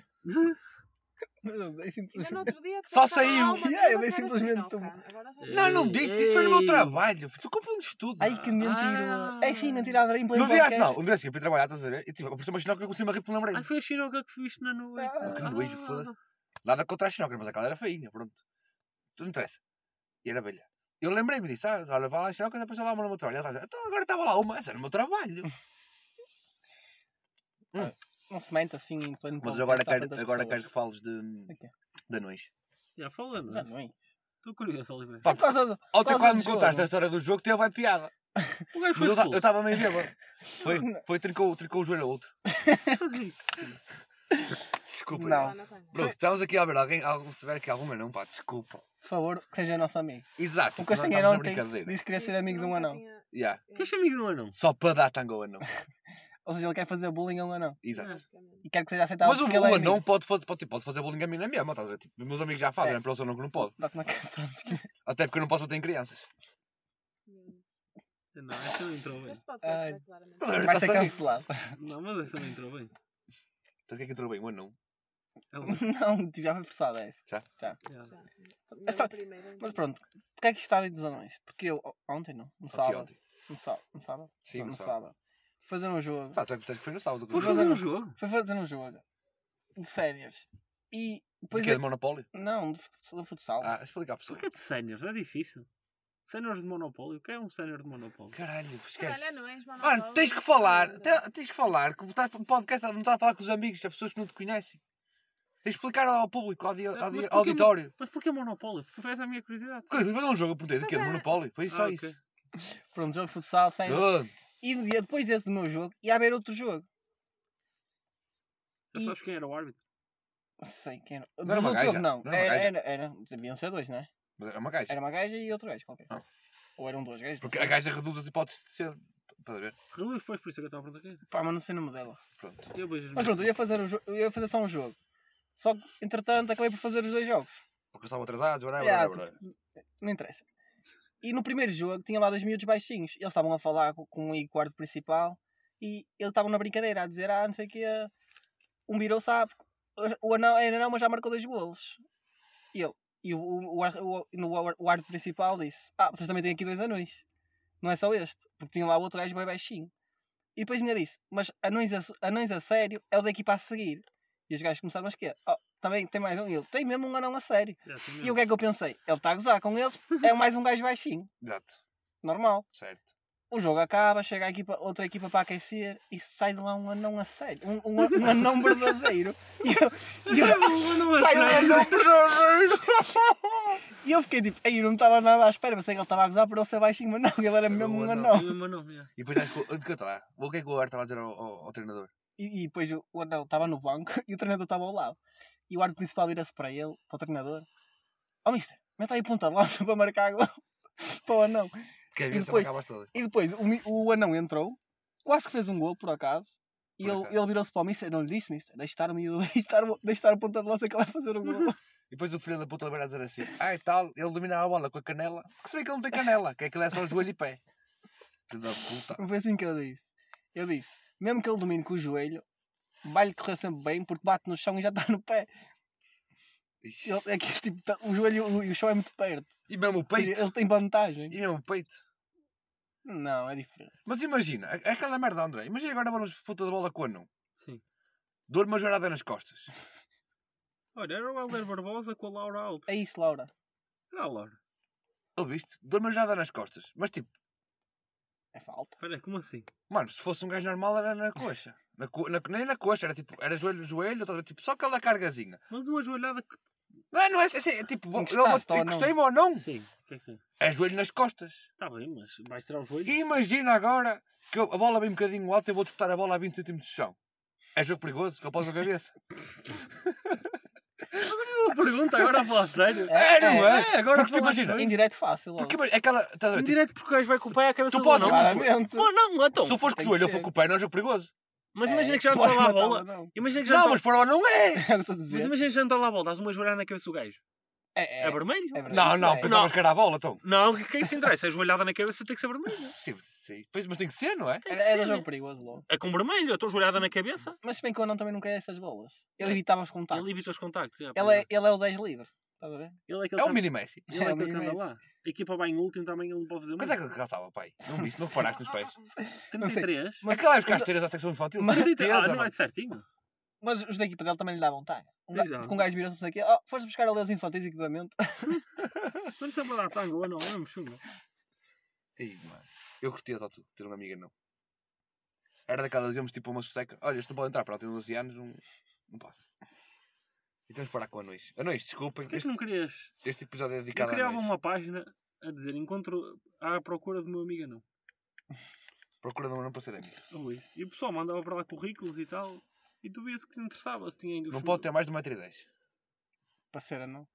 Speaker 3: Mas eu É assim. dei
Speaker 5: Ainda no
Speaker 3: simplesmente.
Speaker 5: outro dia... tu
Speaker 2: Só um
Speaker 5: estava lá,
Speaker 2: saiu.
Speaker 5: uma
Speaker 3: Yeah, eu
Speaker 5: vez
Speaker 3: dei
Speaker 5: era
Speaker 3: simplesmente
Speaker 5: assim,
Speaker 3: um-
Speaker 5: não, cara. Agora já-
Speaker 2: Não, não disse, isso foi no meu
Speaker 4: Ei.
Speaker 2: trabalho. Tu confundes tudo.
Speaker 3: Ai que
Speaker 4: Ah.
Speaker 3: mentira. É sim, mentira. Adorei em
Speaker 2: No
Speaker 3: pleno
Speaker 2: dia,
Speaker 3: podcast.
Speaker 2: não, no dia seguinte eu fui trabalhar, estás a ver? E tipo, apareceu uma chinoca que eu comecei a rir porque me lembrei.
Speaker 4: Ai, foi a Shinoga que viste na noite.
Speaker 3: Ah,
Speaker 2: Que nojo,
Speaker 4: Ah.
Speaker 2: foda-se. Nada contra a xinóquera, mas aquela era feinha, pronto. Tudo interessa. E era velha. Eu lembrei-me disso, ah, olha, vai lá a xinóquera, apareceu lá uma no meu trabalho. Ela está a dizer, então agora estava lá uma, essa era no meu trabalho.
Speaker 3: Não se mente assim em pleno podcast.
Speaker 2: Mas agora
Speaker 3: à frente
Speaker 2: quero,
Speaker 3: é das
Speaker 2: agora
Speaker 3: pessoas.
Speaker 2: quero que fales de,
Speaker 3: De quê?
Speaker 2: de anões.
Speaker 4: Já fala, não
Speaker 3: Não,
Speaker 4: é?
Speaker 3: não é.
Speaker 4: Estou curioso, Oliveira.
Speaker 2: Pá,
Speaker 3: Por causa do.
Speaker 2: Ontem
Speaker 3: Fales
Speaker 2: quando
Speaker 3: do
Speaker 2: me contaste
Speaker 3: jogo.
Speaker 2: a história do jogo, teve a piada.
Speaker 4: O gajo
Speaker 2: Mas
Speaker 4: foi
Speaker 2: eu ta- eu
Speaker 4: expulso.
Speaker 2: estava meio bêbado. Foi,
Speaker 3: Não.
Speaker 2: foi trincou, trincou o joelho a outro. Desculpa.
Speaker 3: Não.
Speaker 5: não tem.
Speaker 2: Bro, estamos aqui a ver alguém, algum, se tiver aqui alguma não, pá, desculpa.
Speaker 3: Por favor, que seja nosso amigo.
Speaker 2: Exato,
Speaker 3: O
Speaker 2: nós
Speaker 3: Castanheiro
Speaker 2: estamos a
Speaker 3: ontem
Speaker 2: tá brincadeira.
Speaker 3: disse que queria ser
Speaker 5: Isso
Speaker 3: amigo é de um
Speaker 5: nunca
Speaker 3: anão.
Speaker 5: tinha-
Speaker 2: Yeah.
Speaker 4: Que este amigo não é não.
Speaker 2: Só para dar tango a anão.
Speaker 3: Ou seja, ele quer fazer bullying a um anão.
Speaker 2: Exato.
Speaker 5: basicamente.
Speaker 3: E quero que seja aceitável.
Speaker 2: Mas o um
Speaker 3: porque ele é
Speaker 2: Boa não
Speaker 3: amigo.
Speaker 2: pode fazer, pode, pode fazer bullying a mim na mesma, estás a ver? Tipo, meus amigos já fazem,
Speaker 3: É.
Speaker 2: é. pelo seu não que não pode.
Speaker 3: Dá-te uma cabeçada.
Speaker 2: Até porque eu não posso bater em crianças.
Speaker 4: Não, essa não entrou bem.
Speaker 5: Este podcast
Speaker 3: Ai.
Speaker 5: é claramente.
Speaker 2: tá
Speaker 3: Vai ser cancelado.
Speaker 4: Não, mas essa não entrou bem.
Speaker 2: Então o que é que entrou bem? Ou não?
Speaker 4: É bom.
Speaker 3: não, tipo, já foi forçada essa.
Speaker 2: Já?
Speaker 3: Já.
Speaker 5: Já.
Speaker 4: Já.
Speaker 5: Não,
Speaker 3: Mas tá-
Speaker 5: é primeiro,
Speaker 3: Mas pronto, porque é que estava aí dos anões? Porque eu, o- ontem não, no
Speaker 2: Ontem,
Speaker 3: sábado.
Speaker 2: ontem.
Speaker 3: No sábado. No sábado?
Speaker 2: Sim,
Speaker 3: Só
Speaker 2: no
Speaker 3: no
Speaker 2: sábado.
Speaker 3: sábado. Fui Fazer um jogo.
Speaker 2: Tá, tu é que disseste que foi no sábado.
Speaker 4: Por
Speaker 3: Pois,
Speaker 2: Porque
Speaker 4: fazer
Speaker 3: mas
Speaker 4: um
Speaker 3: eu-
Speaker 4: jogo?
Speaker 3: Foi fazer um jogo. De séniores. E depois.
Speaker 2: é
Speaker 3: eu-
Speaker 2: de Monopólio?
Speaker 3: Não, de fut- de futsal.
Speaker 2: Ah, explica à pessoa.
Speaker 4: Porquê de séniores? É difícil. Séniores de monopólio? O que é um sénior de monopólio?
Speaker 2: Caralho,
Speaker 5: Caralho,
Speaker 2: esquece.
Speaker 5: não és é
Speaker 2: Mano, tens que falar, te- tens que falar, que estás um podcast, não estás a falar com os amigos, as pessoas que não te conhecem. Tens que explicar ao público, ao, dia-
Speaker 4: Ah,
Speaker 2: ao dia-
Speaker 4: mas
Speaker 2: ao
Speaker 4: porquê-
Speaker 2: auditório.
Speaker 4: Mas porquê monopólio? Porque faz a minha curiosidade.
Speaker 2: Coisa, fazer um jogo, eu perguntei, de quê? De
Speaker 5: Mas é-
Speaker 2: Monopólio? Foi só
Speaker 4: Ah, ok.
Speaker 2: isso.
Speaker 3: Pronto, jogo de futsal, séniores.
Speaker 2: Pronto.
Speaker 3: E no dia depois desse do meu jogo, ia haver outro jogo.
Speaker 4: Já
Speaker 3: E-
Speaker 4: sabes quem era o árbitro?
Speaker 3: Não sei quem era.
Speaker 2: era
Speaker 3: do
Speaker 2: uma
Speaker 3: outro
Speaker 2: gaja?
Speaker 3: jogo, não.
Speaker 2: Não era uma
Speaker 3: era,
Speaker 2: gaja?
Speaker 3: era, era. Deviam ser dois, não é?
Speaker 2: Mas era uma gaja.
Speaker 3: Era uma gaja e outro gajo qualquer.
Speaker 2: Ah.
Speaker 3: Ou eram dois gajos.
Speaker 2: Porque a gaja reduz as hipóteses de ser. Estás a ver?
Speaker 4: Reluz, pois, por isso é que eu estava a perguntar quem
Speaker 3: Pá, mas não sei o nome dela.
Speaker 2: Pronto.
Speaker 4: era. Eu beijo
Speaker 3: Mas pronto, eu ia fazer, o jo- eu ia fazer só um jogo. Só que, entretanto, acabei por fazer os dois jogos.
Speaker 2: Porque estavam atrasados, whatever,
Speaker 3: Yeah,
Speaker 2: whatever.
Speaker 3: tipo, não interessa. E no primeiro jogo tinha lá dois miúdos baixinhos. Eles estavam a falar co- com o quarto principal e eles estavam na brincadeira a dizer, ah, não sei o quê. Um virou sabe, o anão, é anão mas já marcou dois golos. E eu, e o, o, o, ar- o, no ar- o árbitro principal disse, ah, vocês também têm aqui dois anões. Não é só este, porque tinha lá outro gajo bem baixinho. E depois ainda disse, mas anões a, anões a sério é o da equipa a seguir. E os gajos começaram, mas quê? Oh, também tem mais um. E ele, tem mesmo um anão a sério. E o que é que eu pensei? Ele está a gozar com eles, é mais um gajo baixinho,
Speaker 2: Exato.
Speaker 3: normal.
Speaker 2: Certo.
Speaker 3: O jogo acaba, chega a equipa, outra equipa para aquecer e sai de lá um anão a sério, um, um- um anão verdadeiro. E eu, e eu-
Speaker 4: é
Speaker 2: Sai um anão verdadeiro!
Speaker 3: e eu fiquei tipo, aí não estava nada à espera, pensei que ele estava a gozar por ele ser baixinho, mas não, ele era mesmo um anão.
Speaker 2: E depois acho que. o- de que eu tava? O que é que o Ar estava a dizer ao, ao- ao treinador?
Speaker 3: E, e depois o, o anão estava no banco e o treinador estava ao lado. E o árbitro principal vira-se para ele, para o treinador: Ó oh, mister, mete aí ponta de lança para marcar gol para o anão.
Speaker 2: Que é a vida
Speaker 3: depois-
Speaker 2: acabas toda.
Speaker 3: E depois o, mi- o anão entrou, quase que fez um gol, por acaso. E
Speaker 2: Por
Speaker 3: ele,
Speaker 2: acaso.
Speaker 3: ele virou-se para o Mister, não lhe disse, Mister, deixe estar o miúdo, deixe estar, o- deixe estar a ponta de lança que ele vai fazer o gol.
Speaker 2: E depois o filho da puta vai dizer assim: ai tal, ele dominava a bola com a canela. Que se vê que ele não tem canela, que aquilo é só joelho e pé. Que da puta.
Speaker 3: Foi assim que eu disse. Eu disse, mesmo que ele domine com o joelho, vai-lhe correr sempre bem, porque bate no chão e já está no pé.
Speaker 2: Ixi.
Speaker 3: Ele, é que, tipo, tá- o joelho o- e o, chão é muito perto.
Speaker 2: E mesmo o peito.
Speaker 3: Ele tem vantagem.
Speaker 2: E mesmo o peito.
Speaker 3: Não, é diferente.
Speaker 2: Mas imagina, a- aquela merda, André. Imagina agora vamos puta da bola com o anão.
Speaker 4: Sim.
Speaker 2: Dou-lhe uma joelhada nas costas.
Speaker 4: Olha, era o Helder Barbosa com a Laura Alves.
Speaker 3: É isso, Laura.
Speaker 4: Era a Laura.
Speaker 2: Ele viste? Dou-lhe uma joelhada nas costas. Mas tipo,
Speaker 3: É falta.
Speaker 4: Olha, como assim?
Speaker 2: mano, se fosse um gajo normal era na coxa. Na co- na- nem na coxa, era tipo, era joelho, joelho, tal, tipo, só aquela cargazinha.
Speaker 4: Mas uma joelhada que.
Speaker 2: Não, não é, é, é tipo, bom, eu
Speaker 3: Encostaste Um ao anão.
Speaker 2: encostei-me ou não?
Speaker 4: Sim, o que é que é?
Speaker 2: É joelho nas costas.
Speaker 4: Está bem, mas vais tirar o joelho?
Speaker 2: Imagina agora que eu- a bola vem um bocadinho alta e eu vou disputar a bola a 20 cm do chão. É jogo perigoso, que eu posso a cabeça.
Speaker 4: Uma pergunta agora a falar sério.
Speaker 2: É, não é?
Speaker 4: É, agora
Speaker 2: Porque tu
Speaker 4: falaste
Speaker 2: imagina,
Speaker 4: bem.
Speaker 3: Em direto fácil, logo.
Speaker 2: porque imagina, aquela. Estás a ver,
Speaker 4: Um
Speaker 2: tipo,
Speaker 4: direto porque o gajo vai com o pai à
Speaker 2: Tu
Speaker 4: cabeça do
Speaker 2: podes-
Speaker 4: anão.
Speaker 3: Claramente.
Speaker 4: Oh, não, então.
Speaker 2: tipo, se tu fores com o
Speaker 3: tem que
Speaker 2: joelho, eu
Speaker 3: ser.
Speaker 2: for com o pé, não é jogo perigoso.
Speaker 4: Mas imagina
Speaker 3: É,
Speaker 4: que já
Speaker 3: pode
Speaker 4: entrou lá a
Speaker 3: matá-lo,
Speaker 4: bola.
Speaker 3: Não,
Speaker 4: Imagina que já
Speaker 2: Não,
Speaker 4: entrou-
Speaker 2: mas para lá não é!
Speaker 3: é o que eu estou a
Speaker 4: Mas
Speaker 3: dizer.
Speaker 4: imagina que já entrou lá a bola. Dás uma joelhada na cabeça do gajo.
Speaker 3: É,
Speaker 4: É
Speaker 3: é,
Speaker 4: vermelho?
Speaker 3: é verdade,
Speaker 2: Não,
Speaker 3: isso
Speaker 2: não,
Speaker 3: é.
Speaker 2: pensavas que era a bola, então.
Speaker 4: Não, o que é que se interessa? A joelhada na cabeça tem que ser vermelho.
Speaker 2: Sim, sim. Pois, mas tem que ser, não é?
Speaker 4: Tem
Speaker 3: Era,
Speaker 4: que
Speaker 3: era
Speaker 4: ser.
Speaker 3: jogo perigoso logo.
Speaker 4: É com vermelho, eu estou joelhada na cabeça.
Speaker 3: Mas se bem que o Anão também não quer essas bolas.
Speaker 2: É.
Speaker 3: Ele evitava os contactos.
Speaker 4: Ele evita os contactos. é,
Speaker 3: Ele, é, ele é o 10 livre. Estás a ver?
Speaker 4: Ele é aquele
Speaker 2: É
Speaker 4: que-
Speaker 2: o mini Messi.
Speaker 4: Ele é
Speaker 3: É,
Speaker 4: aquele
Speaker 3: o
Speaker 4: que anda
Speaker 3: Messi.
Speaker 4: lá. A equipa vai em último também, ele não pode fazer
Speaker 2: Quanto é
Speaker 4: muito.
Speaker 2: que ele calçava, pai? Não viste, não paraste nos pés.
Speaker 3: Não sei.
Speaker 4: 33?
Speaker 3: Mas-
Speaker 2: Aquela é os carteiras da secção infantil,
Speaker 3: Mas-
Speaker 2: certeza,
Speaker 4: Ah, não é
Speaker 2: mano.
Speaker 4: certinho?
Speaker 3: Mas os da equipa dele também lhe davam tanga. Um
Speaker 4: Pois
Speaker 3: gajo,
Speaker 4: é.
Speaker 3: porque um gajo virou-se para aqui, oh, foste buscar ali os infantis e equipamento.
Speaker 4: Não está para dar tango ou não, não me chunga.
Speaker 2: Ei, mano. Eu gostei de ter uma amiga, não. Era daquelas, íamos tipo a uma sosteca. Olha, este não pode entrar, para tem 12 anos, não, não passa. E temos que parar com anões. Anões,
Speaker 3: é
Speaker 2: desculpem,
Speaker 4: Porquê que
Speaker 2: este,
Speaker 4: não querias?
Speaker 2: este episódio é
Speaker 4: Eu
Speaker 2: dedicado a
Speaker 4: criava
Speaker 2: anões.
Speaker 4: uma página a dizer encontro à procura do meu amigo não.
Speaker 2: Procura de um anão para ser amigo.
Speaker 4: Ui. E o pessoal mandava para lá currículos e tal. E tu vias que te interessava se tinha
Speaker 2: Não pode ter mais de 1,10m.
Speaker 3: Para ser Anão.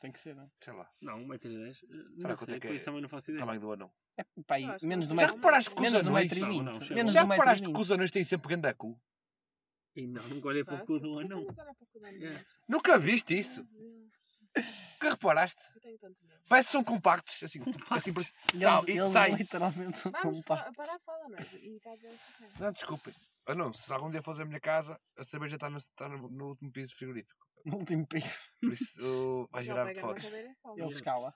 Speaker 3: Tem que ser, né? não?
Speaker 2: Sei lá,
Speaker 4: Não, 1,10m.
Speaker 2: Será
Speaker 4: eh, Não
Speaker 2: quanto é
Speaker 4: sei,
Speaker 2: que
Speaker 4: por
Speaker 2: é?
Speaker 4: isso também não faço ideia.
Speaker 2: tamanho do anão.
Speaker 3: É, pá, aí,
Speaker 5: Eu acho que
Speaker 3: menos
Speaker 5: não.
Speaker 3: do
Speaker 2: Já
Speaker 3: metro.
Speaker 2: reparaste que os
Speaker 3: Menos do
Speaker 2: anões...
Speaker 3: metro e
Speaker 4: Não,
Speaker 3: vinte.
Speaker 4: não, chega.
Speaker 3: Menos
Speaker 2: Já
Speaker 3: do metro e
Speaker 2: reparaste que
Speaker 3: vinte.
Speaker 2: os anões têm sempre grande cu?
Speaker 4: E não, É. nunca olhei para o cu do anão.
Speaker 5: um Mas era para o cu do anão.
Speaker 4: Yeah.
Speaker 2: Nunca viste isso? Que reparaste?
Speaker 5: Eu tenho tanto medo.
Speaker 2: Parece que são compactos. Assim, assim parece-
Speaker 3: Eles,
Speaker 2: Tal, e
Speaker 3: eles
Speaker 2: sai.
Speaker 3: literalmente são um
Speaker 5: Vamos
Speaker 3: compactos.
Speaker 5: pa- parar de falar merda e tá está a dizer essa merda.
Speaker 2: Não, desculpem. Ah, não, se algum dia fores à minha casa, a cerveja está no, está no, no último piso do frigorífico.
Speaker 3: No último piso.
Speaker 2: Por isso, uh, vai
Speaker 5: Ele
Speaker 2: girar de
Speaker 5: pega numa
Speaker 2: fotos.
Speaker 5: cadeira e sobe.
Speaker 3: Ele escala.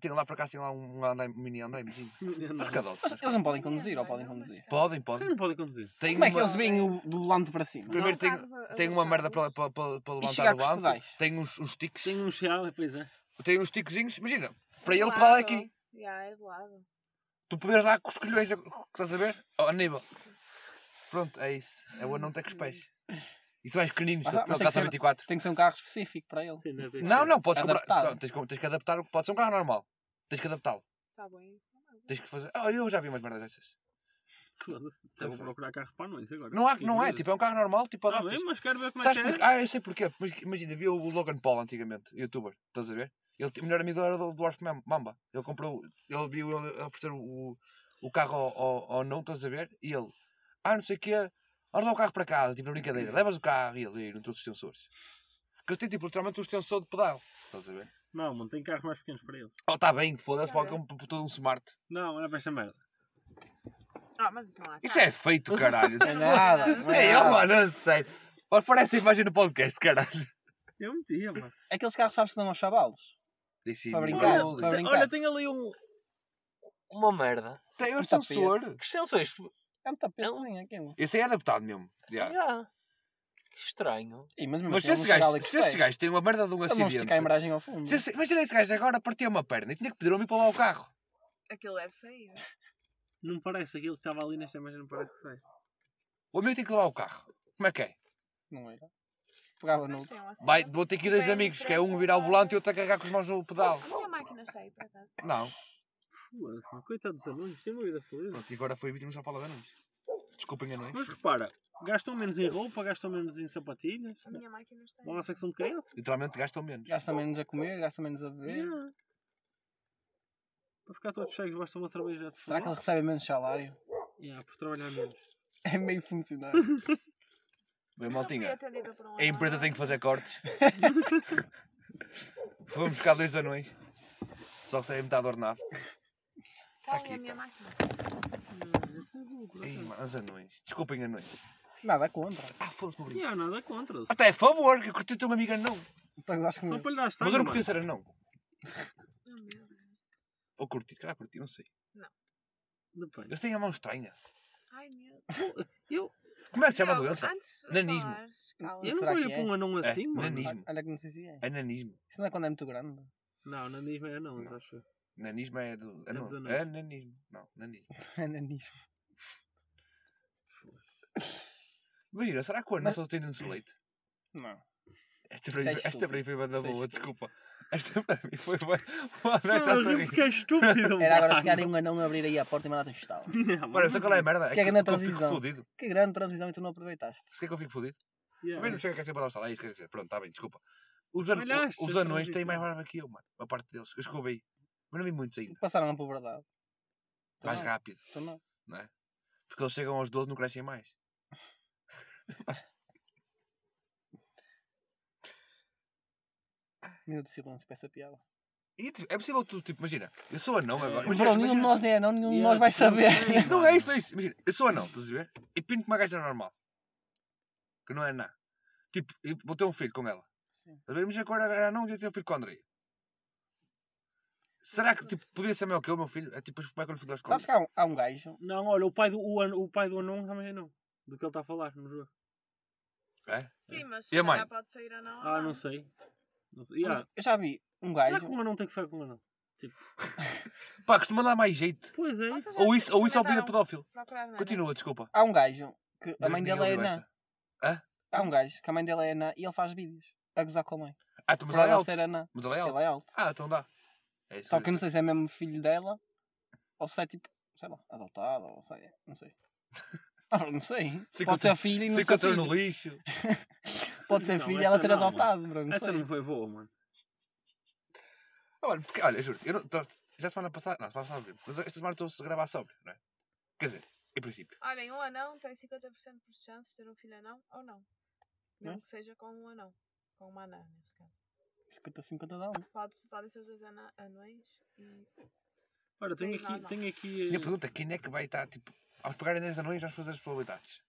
Speaker 2: Tem lá para cá, tem lá um andai, mini andai, imagina. Mas
Speaker 4: Não,
Speaker 2: cadote.
Speaker 3: Eles não podem conduzir ou podem conduzir?
Speaker 2: Podem, podem.
Speaker 4: não podem conduzir.
Speaker 2: Tem
Speaker 3: Como é que
Speaker 2: uma-
Speaker 3: eles vêm o- do lado para cima?
Speaker 2: Primeiro
Speaker 5: Não
Speaker 2: tem-
Speaker 5: sabes a- a
Speaker 2: Tem um uma
Speaker 5: vontade.
Speaker 2: merda para, para, para, para levantar o
Speaker 3: chegar com os
Speaker 2: banco.
Speaker 3: pedais.
Speaker 2: Tem uns, uns tiques.
Speaker 4: Tem um chá, pois é.
Speaker 2: Tem uns tiquezinhos. Imagina, para
Speaker 5: Do
Speaker 2: ele, para lá
Speaker 5: lado.
Speaker 2: aqui.
Speaker 5: Já, é do lado.
Speaker 2: Tu podes lá com os colhões, estás a ver? Ao nível. Pronto, é isso. É o anão até com os pés. E são mais pequeninos,
Speaker 3: Ah, mas
Speaker 2: ele
Speaker 3: tem que
Speaker 2: calça
Speaker 3: ser-
Speaker 2: 24.
Speaker 3: Tem que ser um carro específico para ele.
Speaker 4: Sim, deve ter
Speaker 2: Não,
Speaker 4: que
Speaker 2: não, podes
Speaker 3: Adaptado.
Speaker 2: comprar. Não, tens, que- tens que adaptar, pode ser um carro normal. Tens que adaptá-lo.
Speaker 5: Está tá bem.
Speaker 2: Tens que fazer. Ah, eu já vi umas merdas dessas.
Speaker 4: ser. Foda-se. Então Vou procurar carro para nós agora.
Speaker 2: Tá Não, há, não é,
Speaker 4: Inglês.
Speaker 2: tipo, é um carro normal, tipo,
Speaker 4: Tá
Speaker 2: adaptas.
Speaker 4: bem, mas quero ver como é
Speaker 2: Sabes
Speaker 4: que
Speaker 2: porquê?
Speaker 4: é.
Speaker 2: Ah, eu sei porquê. Mas imagina, havia o Logan Paul antigamente, youtuber, estás a ver? Ele, o melhor amigo dele era do Dwarf Mam- Mamba. Ele comprou, ele viu ele a oferecer o, o carro ao, ao, ao não, estás a ver? E ele, ah, não sei o quê, ora dá o carro para casa, tipo, a brincadeira, levas o carro e ele, "Ih, não trouxe os sensores. Que eles têm, tipo, literalmente um extensor de pedal, estás a ver?
Speaker 4: Não, mano, tem carros mais pequenos para eles.
Speaker 2: Oh, está bem, foda-se,
Speaker 5: Tá
Speaker 2: pode
Speaker 5: bem.
Speaker 2: comprar todo um smart.
Speaker 4: Não, olha para esta merda.
Speaker 5: Ah, mas isso não há.
Speaker 2: Isso é feito, caralho.
Speaker 3: Não é nada. Não
Speaker 2: é,
Speaker 3: é
Speaker 2: eu,
Speaker 3: nada.
Speaker 2: mano, não sei. Olha, parece a imagem do podcast, caralho.
Speaker 4: Eu metia, mano.
Speaker 3: É Aqueles carros, sabes que dão aos chavalos?
Speaker 2: Deixa
Speaker 3: Para brincar,
Speaker 4: Olha,
Speaker 3: para
Speaker 4: tem-
Speaker 3: brincar.
Speaker 4: Tá, olha, tem ali um. Uma merda.
Speaker 2: Tem um
Speaker 3: Um tapete.
Speaker 2: extensor.
Speaker 4: Que extensões.
Speaker 3: É um tapetezinho aquilo.
Speaker 2: Esse aí é adaptado mesmo. já.
Speaker 4: Já. Que estranho.
Speaker 3: Ih, mas mesmo
Speaker 2: Mas se
Speaker 3: assim,
Speaker 2: esse
Speaker 3: ele não chega ali
Speaker 2: gajo,
Speaker 3: com
Speaker 2: se
Speaker 3: os
Speaker 2: esse
Speaker 3: pés.
Speaker 2: gajo tem uma merda de um
Speaker 3: Eles vão esticar a
Speaker 2: acidente.
Speaker 3: embreagem ao fundo.
Speaker 2: Se esse, imagina esse gajo agora partia uma perna e tinha que pedir homem para lá o carro. é-
Speaker 5: Aquilo deve sair.
Speaker 4: Não me parece aquilo que estava ali nesta imagem, não parece que sai.
Speaker 2: O amigo tem que levar o carro. Como é que é?
Speaker 3: Não era. Pegava no.
Speaker 5: Mas tem um
Speaker 2: Vai,
Speaker 5: acidente.
Speaker 2: vou ter aqui dois
Speaker 5: Bem,
Speaker 2: amigos, que é
Speaker 5: pronto,
Speaker 2: um virar o
Speaker 5: agora-
Speaker 2: volante e outro a cagar com as mãos no pedal.
Speaker 5: A minha máquina sai, por acaso.
Speaker 2: Não.
Speaker 4: Foda-se, mano. coitado assim, dos alunos, tem uma vida feliz.
Speaker 2: Pronto, e agora foi vítima só falar de anões. é? Desculpem anões.
Speaker 4: Mas repara, gastam menos em roupa, gastam menos em sapatilhas.
Speaker 5: A minha máquina sai.
Speaker 4: Vão à secção de criança.
Speaker 2: Literalmente gastam menos.
Speaker 3: Gasta menos a comer, gasta menos a beber.
Speaker 4: Já. Para ficar todos cheios, basta uma cerveja de
Speaker 3: Será que ele recebe menos salário?
Speaker 4: ele... por trabalhar menos.
Speaker 3: É meio funcionário.
Speaker 2: Bem,
Speaker 5: Eu fui
Speaker 2: maltinha,
Speaker 5: atendida por um
Speaker 2: a empresa
Speaker 5: anão.
Speaker 2: tem que fazer cortes. Vamos buscar dois anões. Só que saem metade ordenado. Tá
Speaker 5: Qual é
Speaker 2: aqui,
Speaker 5: a
Speaker 2: tá.
Speaker 5: minha máquina?
Speaker 4: Não, isso é bom, por
Speaker 2: Ei,
Speaker 4: acaso.
Speaker 2: mano, os anões. Desculpem anões.
Speaker 3: Nada contra.
Speaker 2: Ah, foda-se, meu brinco.
Speaker 4: E há nada contra. Só
Speaker 2: Até a favor, tá, é que eu curti o teu amigo anão.
Speaker 3: Para gostar comigo.
Speaker 4: para lhe dar sangue,
Speaker 2: Mas eu não
Speaker 4: mano.
Speaker 2: curti ser anão.
Speaker 5: Oh, meu Deus.
Speaker 2: Ou curti, se calhar curti, não sei.
Speaker 4: Depende.
Speaker 2: Eles têm a mão estranha.
Speaker 5: Ai, meu
Speaker 4: Eu,
Speaker 2: Como é que se chama a
Speaker 5: Diogo,
Speaker 2: doença?
Speaker 5: Antes de
Speaker 2: Nanismo.
Speaker 5: falares, cala.
Speaker 4: eu não
Speaker 3: Será
Speaker 4: olho
Speaker 3: que
Speaker 4: para um anão
Speaker 2: É,
Speaker 4: assim, mano.
Speaker 2: nanismo.
Speaker 3: Olha- Olha que não sei se é.
Speaker 2: Ananismo.
Speaker 3: Isso não é quando é muito grande.
Speaker 4: Não, nanismo é anão, eu acho.
Speaker 2: Nanismo é do.
Speaker 4: É dos
Speaker 2: Anão.
Speaker 4: anões.
Speaker 2: Ananismo. Não, nanismo.
Speaker 3: É nanismo.
Speaker 2: Imagina, será que o anão
Speaker 3: Mas-
Speaker 2: só tem dentes de leite?
Speaker 3: Não.
Speaker 2: Esta para
Speaker 3: Isso é
Speaker 2: mim- esta
Speaker 3: estúpido.
Speaker 2: para mim foi uma da
Speaker 3: Isso é
Speaker 2: boa,
Speaker 3: estúpido.
Speaker 2: desculpa. Esta para mim foi uma. O tá anão está a
Speaker 4: Não, mas
Speaker 2: sorrir.
Speaker 4: porque é estúpido,
Speaker 3: Era agora
Speaker 4: mano.
Speaker 3: chegar aí um anão e abrir aí a porta e mandar-te um estalo.
Speaker 4: Não,
Speaker 2: Olha,
Speaker 4: mano.
Speaker 2: sabe qual é a merda?
Speaker 3: Que é grande
Speaker 2: eu fico
Speaker 3: transição.
Speaker 2: fodido.
Speaker 3: Que grande transição e tu não aproveitaste.
Speaker 2: Porquê que eu fico fodido?
Speaker 4: Yeah.
Speaker 2: Também não chega cá sempre a dar o salário, é isso que eu quero dizer. Pronto, está bem, desculpa. Os, an...
Speaker 4: Falhaste
Speaker 2: os
Speaker 4: a
Speaker 2: anões têm
Speaker 4: transição.
Speaker 2: mais barba que eu, mano. A parte deles. Eu escovo aí. Mas não vi muitos ainda.
Speaker 3: Passaram a puberdade. Tu
Speaker 2: Mais
Speaker 3: não,
Speaker 2: rápido,
Speaker 3: Tu não.
Speaker 2: não é? Porque eles chegam aos 12 não crescem mais.
Speaker 3: Minuto de silêncio para essa piada.
Speaker 2: E, tipo, é possível tu, tipo, imagina, eu sou anão
Speaker 4: É.
Speaker 2: agora.
Speaker 4: Mas
Speaker 2: Imagina,
Speaker 3: Bro, nenhum de
Speaker 2: imagina-
Speaker 3: nós nem é anão, nenhum de
Speaker 4: Yeah,
Speaker 3: nós vai
Speaker 4: tipo, não
Speaker 3: saber.
Speaker 4: sei,
Speaker 2: Não,
Speaker 4: mano.
Speaker 2: é isto, é isso. Imagina, eu sou anão, estás a ver? E pinto uma gaja normal. Que não é anã. Tipo, eu vou ter um filho com ela.
Speaker 3: Sim.
Speaker 2: Estás a ver? Imagina que eu era anão e eu tenho um filho com a Andrei. Será que, tipo, podia ser melhor que eu, meu filho? É tipo, como é que eu lhe fui dar as coisas?
Speaker 3: Sabes que há um, há um gajo.
Speaker 4: Não, olha, o pai do, o, an- o pai do anão também é anão. Do que ele está a falar no jogo.
Speaker 2: É?
Speaker 5: Sim, mas
Speaker 2: E a
Speaker 5: se
Speaker 2: mãe?
Speaker 5: calhar pode sair ou não.
Speaker 4: Ah, não sei. Não sei.
Speaker 3: mas
Speaker 4: Yeah.
Speaker 3: Eu já vi um
Speaker 4: Será que
Speaker 3: gajo.
Speaker 4: um anão tem que ficar com um anão?
Speaker 2: Pá, costuma dar mais jeito.
Speaker 4: Pois é. isso.
Speaker 5: Vocês já
Speaker 2: Ou isso, ou isso é o
Speaker 5: experimentaram
Speaker 2: pedófilo.
Speaker 5: procurar na net?
Speaker 2: Continua, desculpa.
Speaker 3: Há um gajo que a mãe
Speaker 2: Ninguém
Speaker 3: dele é
Speaker 2: ouviu
Speaker 3: anã.
Speaker 2: esta.
Speaker 3: Há um gajo que a mãe dele é anã e ele faz vídeos a gozar com a mãe.
Speaker 2: Ah, tu,
Speaker 3: Por
Speaker 2: mas ela é
Speaker 3: ela
Speaker 2: alto.
Speaker 3: ser anã.
Speaker 2: Mas ela é
Speaker 3: Ela
Speaker 2: alto.
Speaker 3: é alta.
Speaker 2: Ah, então dá. É isso.
Speaker 3: Só que eu não sei se é mesmo filho dela ou se é tipo, sei lá, adotado ou sei, não sei. Ah, não sei.
Speaker 2: Sei que eu
Speaker 3: Pode
Speaker 2: tô-
Speaker 3: ser filho e não
Speaker 2: Se
Speaker 3: ser
Speaker 2: encontrou
Speaker 3: filho.
Speaker 2: no lixo.
Speaker 3: Pode ser
Speaker 4: Não,
Speaker 3: filho e
Speaker 4: essa
Speaker 3: ela ter
Speaker 4: não, mano.
Speaker 3: adotado, bro. Não
Speaker 4: Essa
Speaker 3: sei.
Speaker 4: não foi boa, mano.
Speaker 2: Ah, mano, porque, olha, juro, eu não, tô- já é semana passada, não, semana passada, mesmo, mas esta semana estou a gravar sobre, não é? Quer dizer, em princípio.
Speaker 5: Olhem, um anão tem 50% de
Speaker 2: Hum?
Speaker 5: chances de ter um filho anão ou não. Mesmo
Speaker 3: Mas?
Speaker 5: que seja com um anão. Com uma anã, neste caso.
Speaker 3: 50-50 dá um.
Speaker 5: Podes- Podem ser os dois ana- anões e.
Speaker 4: Ora, tenho
Speaker 5: Sim, não,
Speaker 4: aqui.
Speaker 5: não.
Speaker 4: Tenho aqui
Speaker 2: Minha pergunta, quem é que vai estar, tipo, aos pegarem 10 anões, vamos fazer as probabilidades?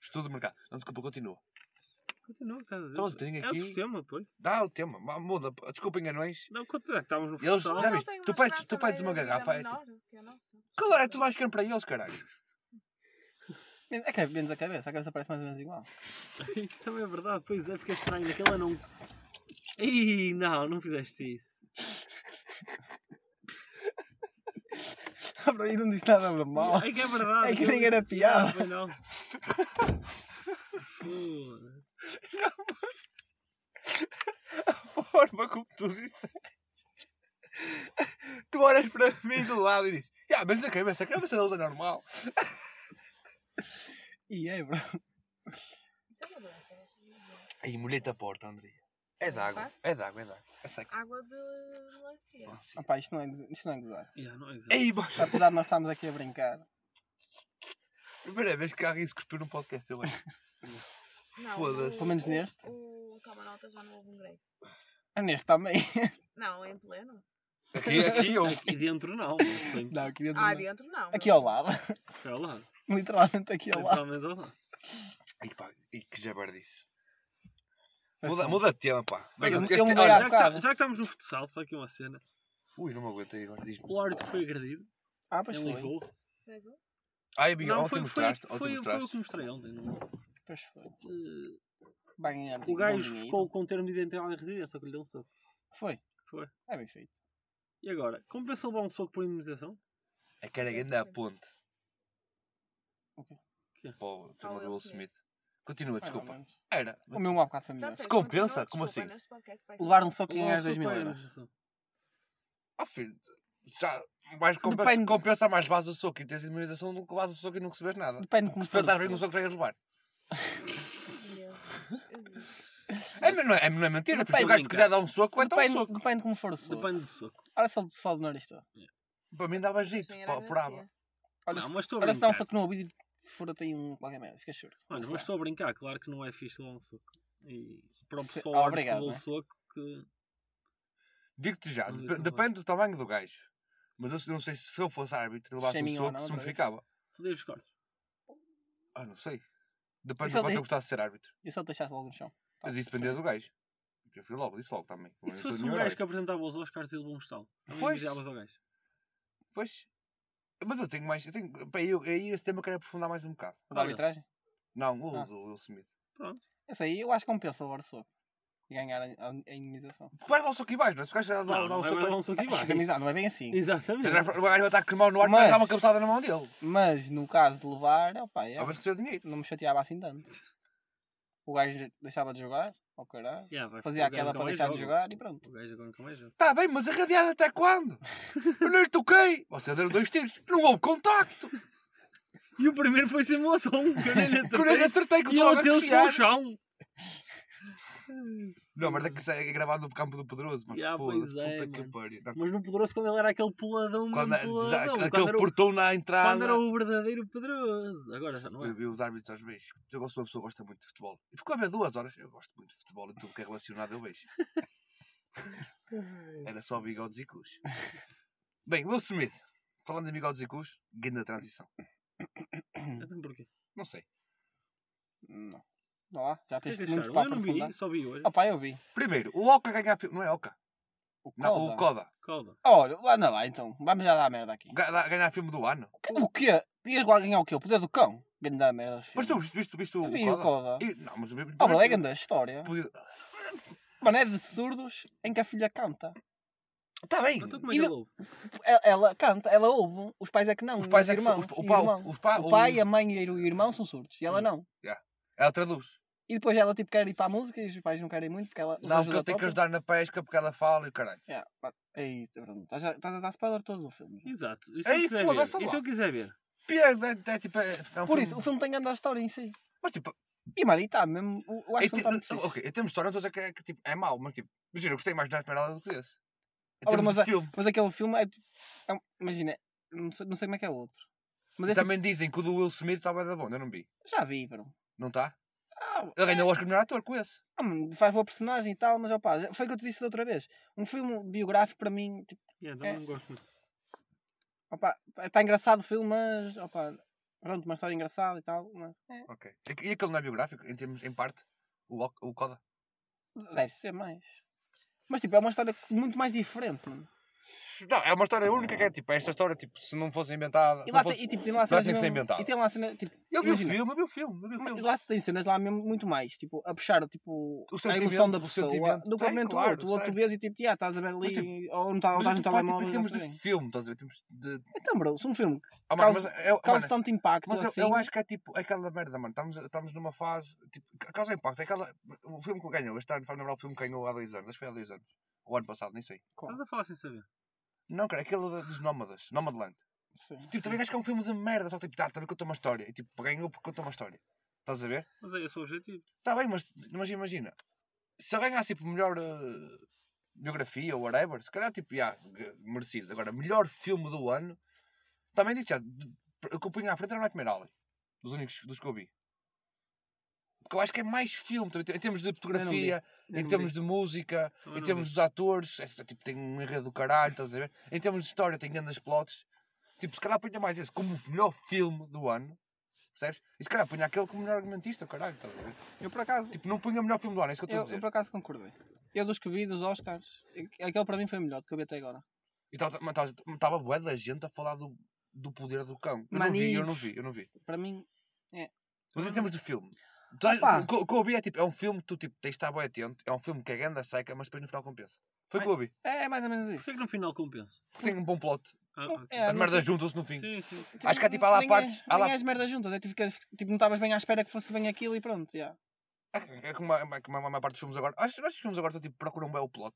Speaker 2: Estudo de mercado. Não, desculpa, continua.
Speaker 4: Continua, estás a dizer?
Speaker 2: Então, tenho
Speaker 4: É outro
Speaker 2: aqui-
Speaker 4: tema, pois.
Speaker 2: Dá o tema, ma- muda. Desculpem anões.
Speaker 4: Não, conta, estávamos no
Speaker 2: Eles
Speaker 4: futsal.
Speaker 2: já
Speaker 5: Não
Speaker 2: viste?
Speaker 5: tem
Speaker 2: Tu
Speaker 5: uma
Speaker 2: pedes-
Speaker 5: graça
Speaker 2: tu pedes
Speaker 5: bem-
Speaker 2: uma
Speaker 5: bem
Speaker 2: garrafa, é
Speaker 5: menor que a nossa.
Speaker 2: Claro, é tudo mais caro para eles, caralho.
Speaker 3: É que é menos a cabeça, a cabeça parece mais ou menos igual.
Speaker 4: Isso também é verdade, pois é, fica estranho. Aquela não. Ih, não, não fizeste isso.
Speaker 3: Para mim não disse nada de mal.
Speaker 4: É que é verdade.
Speaker 3: É que
Speaker 4: eu-
Speaker 3: nem era piada.
Speaker 4: Ah, foi não. Foda.
Speaker 2: forma como tu disseste. Tu olhas para mim do lado e dizes: Ah, mas na cabeça, a cabeça deles é normal.
Speaker 3: E é, bro.
Speaker 5: Isso é uma doença.
Speaker 2: Aí, molhei-te a porta, André. É d'água, é d'água, é d'água. É seco.
Speaker 5: Água de melancia.
Speaker 3: Opá, isto não é, goz- isto não é gozar.
Speaker 4: Yeah, não é exato.
Speaker 2: Ei, mas
Speaker 3: Apesar de nós estarmos aqui a brincar.
Speaker 2: primeira vez que alguém se cuspiu num um podcast, eu acho.
Speaker 5: Não,
Speaker 2: Foda-se.
Speaker 5: o-
Speaker 3: Pelo menos
Speaker 5: o-
Speaker 3: neste.
Speaker 5: O toma nota já não houve um grego.
Speaker 3: Ah, Neste também.
Speaker 5: Não, em pleno.
Speaker 2: Aqui, aqui, eu.
Speaker 4: Aqui dentro não, mas foi,
Speaker 3: Não, aqui dentro.
Speaker 5: Ah,
Speaker 3: não.
Speaker 5: dentro não.
Speaker 3: Aqui ao lado.
Speaker 4: foi ao lado.
Speaker 3: Literalmente aqui ao
Speaker 4: Foi
Speaker 3: lado.
Speaker 4: totalmente ao lado.
Speaker 2: Ei, pá, ei, que jabardice.
Speaker 3: Uhum.
Speaker 2: Muda, muda de tema, pá.
Speaker 3: Mas
Speaker 2: Bem,
Speaker 3: eu-
Speaker 2: este-
Speaker 3: eu mudei
Speaker 2: olha-
Speaker 4: Já que,
Speaker 3: bocado.
Speaker 4: tá- já que estamos no futsal, só aqui uma cena.
Speaker 2: Ui, não me aguentei agora, diz-me.
Speaker 4: O árbitro foi agredido
Speaker 3: Ah, pois
Speaker 4: em
Speaker 3: foi.
Speaker 4: Lisboa.
Speaker 5: Mais um?
Speaker 2: Hum, Ai, Miguel,
Speaker 4: Não,
Speaker 2: ontem
Speaker 4: foi, foi,
Speaker 2: mostraste.
Speaker 4: foi,
Speaker 2: Ontem
Speaker 4: foi, o que
Speaker 2: mostraste.
Speaker 4: mostrei ontem. não- é?
Speaker 3: Pois foi.
Speaker 4: Eh,
Speaker 3: Vai ganhar.
Speaker 4: O
Speaker 3: tipo, bom
Speaker 4: gajo
Speaker 3: dinheiro.
Speaker 4: ficou com o termo de identidade em residência, só que lhe deu um soco.
Speaker 3: Foi.
Speaker 4: Foi.
Speaker 3: É bem feito.
Speaker 4: E agora? Compensa levar um soco por imunização?
Speaker 2: É que era grande a ponte.
Speaker 3: O quê?
Speaker 2: Pô,
Speaker 5: Paulo
Speaker 2: turma do Will Smith.
Speaker 5: Smith.
Speaker 2: Continua,
Speaker 3: Mais ou
Speaker 2: desculpa.
Speaker 3: menos.
Speaker 2: Era.
Speaker 3: O meu há bocado foi melhor.
Speaker 5: Já sei,
Speaker 2: Se compensa?
Speaker 5: continua,
Speaker 2: Como
Speaker 5: desculpa,
Speaker 2: assim?
Speaker 5: neste podcast vai ser-
Speaker 3: Levar um soco e
Speaker 4: Levar um
Speaker 3: ganhar 2
Speaker 4: soco
Speaker 3: mil
Speaker 4: é
Speaker 3: euros.
Speaker 4: imunização.
Speaker 2: Ah, filho, já mais compensa,
Speaker 3: Depende.
Speaker 2: compensa mais levares o soco e tens imunização do que levares o soco e não recebes nada.
Speaker 3: Depende de como
Speaker 2: Se pensares bem
Speaker 3: for
Speaker 2: que
Speaker 3: o
Speaker 2: o soco já ias levar.
Speaker 5: Meu Deus, eu desisto.
Speaker 2: É, mas não é, não é mentira, porque se o
Speaker 3: Depende,
Speaker 2: gajo te
Speaker 3: cara.
Speaker 2: quiser dar um soco, é dar um
Speaker 3: Depende,
Speaker 2: soco.
Speaker 3: depende de como for o soco.
Speaker 4: então Depende do soco.
Speaker 3: Olha se ele te fala do nariz todo.
Speaker 2: Para mim dava jeito,
Speaker 5: Sem
Speaker 2: Tipo, pá,
Speaker 5: era assim.
Speaker 2: por aba.
Speaker 5: melancia.
Speaker 3: Olha
Speaker 4: não,
Speaker 3: se,
Speaker 4: mas estou a
Speaker 3: olha se dá um
Speaker 4: brincar.
Speaker 3: soco no ouvido e fura-te aí um qualquer merda. Fica surdo. é.
Speaker 4: Mano,
Speaker 3: Não
Speaker 4: mas
Speaker 3: sei.
Speaker 4: estou a brincar, claro que não é fixe levar um soco. E pronto,
Speaker 3: Se-
Speaker 4: só
Speaker 3: Ah,
Speaker 4: o árbitro
Speaker 3: obrigado,
Speaker 4: levou o
Speaker 3: né?
Speaker 4: soco que.
Speaker 2: Digo-te já,
Speaker 4: Vamos ver
Speaker 2: depe-
Speaker 4: se ele vai.
Speaker 2: depende do tamanho do gajo. Mas eu se- não sei se se eu fosse árbitro e levasse um
Speaker 3: Shaminho ou
Speaker 2: soco,
Speaker 3: não,
Speaker 2: se me
Speaker 3: outra vez.
Speaker 2: ficava.
Speaker 4: Fodei os cortes.
Speaker 2: Ah, não sei. Depende
Speaker 3: Isso
Speaker 2: do
Speaker 3: ele
Speaker 2: quanto
Speaker 3: tem-
Speaker 2: eu gostasse de ser árbitro.
Speaker 3: E se ele te deixasse logo no chão? Tá.
Speaker 2: Eu disse depender do gajo. Então Eu fui logo, disse logo também.
Speaker 4: E
Speaker 2: Não
Speaker 4: se
Speaker 2: sou
Speaker 4: fosse um
Speaker 2: nenhum
Speaker 4: gajo
Speaker 2: herói.
Speaker 4: que apresentava os Oscars e levou um estalo? Também
Speaker 2: Pois.
Speaker 4: enviavas ao gajo.
Speaker 2: Pois. Mas eu tenho mais. Eu tenho, pá, eu, aí esse tema eu quero aprofundar mais um bocado.
Speaker 3: Da arbitragem?
Speaker 2: Não, o
Speaker 3: Ah.
Speaker 2: do Will Smith.
Speaker 3: Esse aí eu acho que é um compensa levar o soco. E ganhar a, a, a imunização.
Speaker 2: Porque vai levar o soco e baixo, não é? Se o gajo dá, dá,
Speaker 4: Não,
Speaker 2: dá
Speaker 4: não
Speaker 2: um
Speaker 4: vai
Speaker 2: soco.
Speaker 4: levar um soco e
Speaker 3: Isto
Speaker 4: vai.
Speaker 3: amizade não é bem assim.
Speaker 4: Exatamente.
Speaker 2: O gajo vai estar com o mão no ar e vai
Speaker 3: Mas-
Speaker 2: dar uma cabeçada na mão dele.
Speaker 3: Mas no caso de levar, opá, é,
Speaker 2: Talvez receber dinheiro.
Speaker 3: não me chateava assim tanto. O gajo deixava de jogar, ao caralho.
Speaker 4: Yeah, vai-
Speaker 3: Fazia
Speaker 4: o gajo
Speaker 3: aquela
Speaker 4: nunca
Speaker 3: para
Speaker 4: mais
Speaker 3: deixar de
Speaker 4: joga.
Speaker 3: jogar e pronto.
Speaker 4: O gajo agora nunca mais joga.
Speaker 2: Está Tá bem, mas irradiado até quando? Eu não lhe toquei. Você deu dois tiros. Não houve contacto.
Speaker 4: E o primeiro foi simulação, que eu nem lhe
Speaker 2: Quando eu lhe
Speaker 4: acertei.
Speaker 2: acertei que o
Speaker 4: E
Speaker 2: pessoal
Speaker 4: ele
Speaker 2: vai
Speaker 4: deu-se para o
Speaker 2: coxear.
Speaker 4: chão.
Speaker 2: Não, mas é que isso é gravado no campo do Pedroso. Mas
Speaker 4: Ya, pois
Speaker 2: foda-se,
Speaker 4: é,
Speaker 2: puta que
Speaker 4: mano.
Speaker 2: pariu. Não,
Speaker 4: Mas no Poderoso, quando ele era aquele puladão,
Speaker 2: Quando, é-
Speaker 4: mesmo
Speaker 2: já-
Speaker 4: puladão. Quando
Speaker 2: aquele
Speaker 4: era, o,
Speaker 2: portão na
Speaker 4: quando era
Speaker 2: entrada.
Speaker 4: o verdadeiro Poderoso. Agora já não é.
Speaker 2: Eu vi os árbitros aos beijos. Eu gosto de uma pessoa que gosta muito de futebol. E ficou a ver duas horas. Eu gosto muito de futebol e tudo que é relacionado eu beijo. Era só bigodes e cus. Bem, Will Smith. Falando de bigodes e cus, grande transição.
Speaker 4: Então porquê?
Speaker 2: Não sei.
Speaker 3: Não. Não há? Já
Speaker 4: Vocês
Speaker 3: tens muito
Speaker 4: deixaram?
Speaker 3: para
Speaker 4: Eu não vi,
Speaker 3: aprofundar.
Speaker 4: só vi hoje.
Speaker 3: Opá, eu vi.
Speaker 2: Primeiro, o Oca ganha a... fi- Não é Oca?
Speaker 3: O
Speaker 2: Não,
Speaker 3: Calda.
Speaker 2: o Koda.
Speaker 4: Calma.
Speaker 3: Olha, anda lá então. Vamos já dar merda aqui.
Speaker 2: Ga- dá- Ganha a filme do ano.
Speaker 3: O quê? Ias ganhar o quê? O poder do cão? Grande da merda. de
Speaker 2: Mas
Speaker 3: filme.
Speaker 2: tu viste, viste, viste o
Speaker 3: Eu vi o
Speaker 2: Koda?
Speaker 3: Coda.
Speaker 2: E- Não, mas...
Speaker 4: Ah,
Speaker 3: Oh, bro, é grande a história.
Speaker 2: Está
Speaker 3: Mano, é de surdos em que a filha canta.
Speaker 2: tá bem.
Speaker 4: Então como é que
Speaker 3: E
Speaker 4: ele ouve?
Speaker 3: Ela, ela canta, ela ouve. Os pais é que não.
Speaker 2: Os pais é que são...
Speaker 3: irmão,
Speaker 2: Os, o,
Speaker 3: e
Speaker 2: pau-
Speaker 3: irmão.
Speaker 2: os pa-
Speaker 3: O pai, é
Speaker 2: os-
Speaker 3: a mãe e o irmão são surdos. E ela
Speaker 4: Hum.
Speaker 3: não.
Speaker 2: Ela traduz.
Speaker 3: E depois ela tipo quer ir para a música e os pais não querem muito porque ela. os
Speaker 2: Não, porque
Speaker 3: ajuda
Speaker 2: ele tem que
Speaker 3: todos.
Speaker 2: ajudar na pesca porque ela fala e o caralho.
Speaker 3: Yeah, pá, é isso, é verdade. Estás a- Estás a dar spoiler todo o filme. já.
Speaker 4: Exato. E
Speaker 2: Ei,
Speaker 4: se eu quiser
Speaker 2: foda-se,
Speaker 4: ver? E
Speaker 2: lá.
Speaker 4: se eu quiser ver?
Speaker 2: Piada, é, é tipo. É, é um
Speaker 3: Por
Speaker 2: filme-
Speaker 3: isso, o filme tem grande a história em si.
Speaker 2: Mas tipo,
Speaker 3: E mano, e está mesmo. o- Eu acho
Speaker 2: em,
Speaker 3: que o filme está
Speaker 2: te-
Speaker 3: muito fixe.
Speaker 2: ok, em termos de história, não estou a dizer que é, que, tipo, é mau, mas tipo, imagina, eu gostei mais da Esmeralda do que desse. Em
Speaker 3: Ora,
Speaker 2: termos
Speaker 3: mas
Speaker 2: de
Speaker 3: a-
Speaker 2: filme.
Speaker 3: Mas aquele filme é. tipo- é um- imagina, não sei, não sei como é que é o outro. Mas esse
Speaker 2: tá Também dizem que o do Will Smith estava da bom, eu não vi.
Speaker 3: já vi, bro.
Speaker 2: Não está?
Speaker 3: Ah,
Speaker 2: Ele ganhou o Oscar de melhor ator com esse.
Speaker 3: ah, mano, faz boa personagem e tal, mas opá, já- foi o que eu te disse da outra vez. Um filme biográfico para mim, tipo,
Speaker 4: Yeah, também então não gosto muito.
Speaker 3: opá, está engraçado o filme, mas opá, pronto, uma história engraçada e tal, mas é,
Speaker 2: Ok. E e aquele não é biográfico, em termos, em parte, o, Oc- o Coda.
Speaker 3: deve ser mais. Mas tipo, é uma história muito mais diferente, mano.
Speaker 2: Não, é uma história única que é tipo, esta história, tipo, se não fosse inventada.
Speaker 3: E,
Speaker 2: se não
Speaker 3: lá tem,
Speaker 2: fosse-
Speaker 3: e tipo, tem lá
Speaker 2: não tinha
Speaker 3: cenas.
Speaker 2: que ser
Speaker 3: mesmo-
Speaker 2: inventado.
Speaker 3: e tem lá cenas, tipo,
Speaker 2: Eu vi o
Speaker 3: imagina.
Speaker 2: filme, eu vi o filme, eu vi o
Speaker 3: Mas
Speaker 2: filme.
Speaker 3: lá tem cenas lá mesmo muito mais, tipo, a puxar tipo,
Speaker 2: O
Speaker 3: a emoção
Speaker 2: sentimento,
Speaker 3: da
Speaker 2: o
Speaker 3: pessoa
Speaker 2: sentimento.
Speaker 3: do que
Speaker 2: Tem,
Speaker 3: realmente o
Speaker 2: claro,
Speaker 3: outro. O outro tu
Speaker 2: certo.
Speaker 3: vês e tipo, já estás a ver ali,
Speaker 2: Mas,
Speaker 3: ou não tá- ou
Speaker 2: Mas eu estou a falar,
Speaker 3: estás no
Speaker 2: tipo,
Speaker 3: telemóvel.
Speaker 2: em
Speaker 3: já
Speaker 2: termos
Speaker 3: sei.
Speaker 2: de filme, estás a ver? Temos de.
Speaker 3: Então, bro, se um filme
Speaker 2: Ah, mano,
Speaker 3: Causa-
Speaker 2: mas é-
Speaker 3: causa
Speaker 2: mano,
Speaker 3: tanto impacto
Speaker 2: Mas eu-
Speaker 3: assim.
Speaker 2: eu, acho que é tipo aquela merda, mano. Estamos, estamos numa fase. Tipo, ca- causa impacto. É aquela, o filme que ganhou este ano, faz lembrar o filme que ganhou há dois anos. Acho que foi há dois anos. Ou ano passado, nem sei.
Speaker 4: Estás a falar sem saber.
Speaker 2: Não, cara, aquele da- dos Nómadas, Nomadland.
Speaker 3: Sim.
Speaker 2: Tipo, também acho que é um filme de merda. Só tipo, tá, também conta uma história. E tipo, ganhou porque conta uma história. Estás a ver?
Speaker 4: Mas é esse o objetivo.
Speaker 2: Está Tá bem, mas, mas imagina. Se eu ganhasse tipo melhor eh, biografia ou whatever, se calhar tipo, já, g- merecido. Agora, melhor filme do ano, também digo já, de- o que eu punho à frente era o Nightmare Alley, dos únicos dos que eu vi. Porque eu acho que é mais filme, também, em termos de fotografia,
Speaker 3: Eu
Speaker 2: em
Speaker 3: não
Speaker 2: termos de música,
Speaker 4: Também
Speaker 2: em
Speaker 4: Então não
Speaker 2: termos
Speaker 4: vi.
Speaker 2: dos atores, é, tipo, tem um enredo do caralho, estás a ver? Em termos de história, tem grandes plots. Tipo, se calhar punha mais esse como o melhor filme do ano, percebes? E se calhar punha aquele como melhor argumentista, caralho, estás a ver?
Speaker 3: Eu por acaso,
Speaker 2: Tipo, não punha o melhor filme do ano, é isso que eu estou
Speaker 3: eu,
Speaker 2: a dizer.
Speaker 3: eu por acaso concordei. Eu dos que vi, dos Oscars, aquele para mim foi o melhor do que eu vi até agora.
Speaker 2: E estava bué da gente a falar do, do poder do cão. Eu não vi, eu não vi, eu não vi.
Speaker 3: Para mim,
Speaker 2: Mas em termos de filme, tu achas-
Speaker 3: Opa!
Speaker 2: o que- o que eu vi é tipo, é um filme que tu tipo, tens de estar bué atento, é um filme que é grande, seca, mas depois no final compensa. Foi o que eu vi.
Speaker 3: é, é mais ou menos
Speaker 4: Por que
Speaker 3: isso.
Speaker 4: é que no final compensa?
Speaker 2: Porque tem um bom plot.
Speaker 4: Ah,
Speaker 3: Não,
Speaker 4: ok.
Speaker 3: é,
Speaker 2: As
Speaker 3: no
Speaker 2: merdas
Speaker 3: fim-
Speaker 2: juntam-se no fim.
Speaker 4: Sim, sim.
Speaker 2: Acho que há, tipo, há lá
Speaker 3: nem
Speaker 2: partes-
Speaker 3: É,
Speaker 2: há lá-
Speaker 3: nem é as merdas juntas, é, tipo, que- tipo, não estavas bem à espera que fosse bem aquilo e pronto, já.
Speaker 2: É como a, é como a maior parte dos filmes agora. Acho, acho que os filmes agora estão, tipo, procuram bem o plot.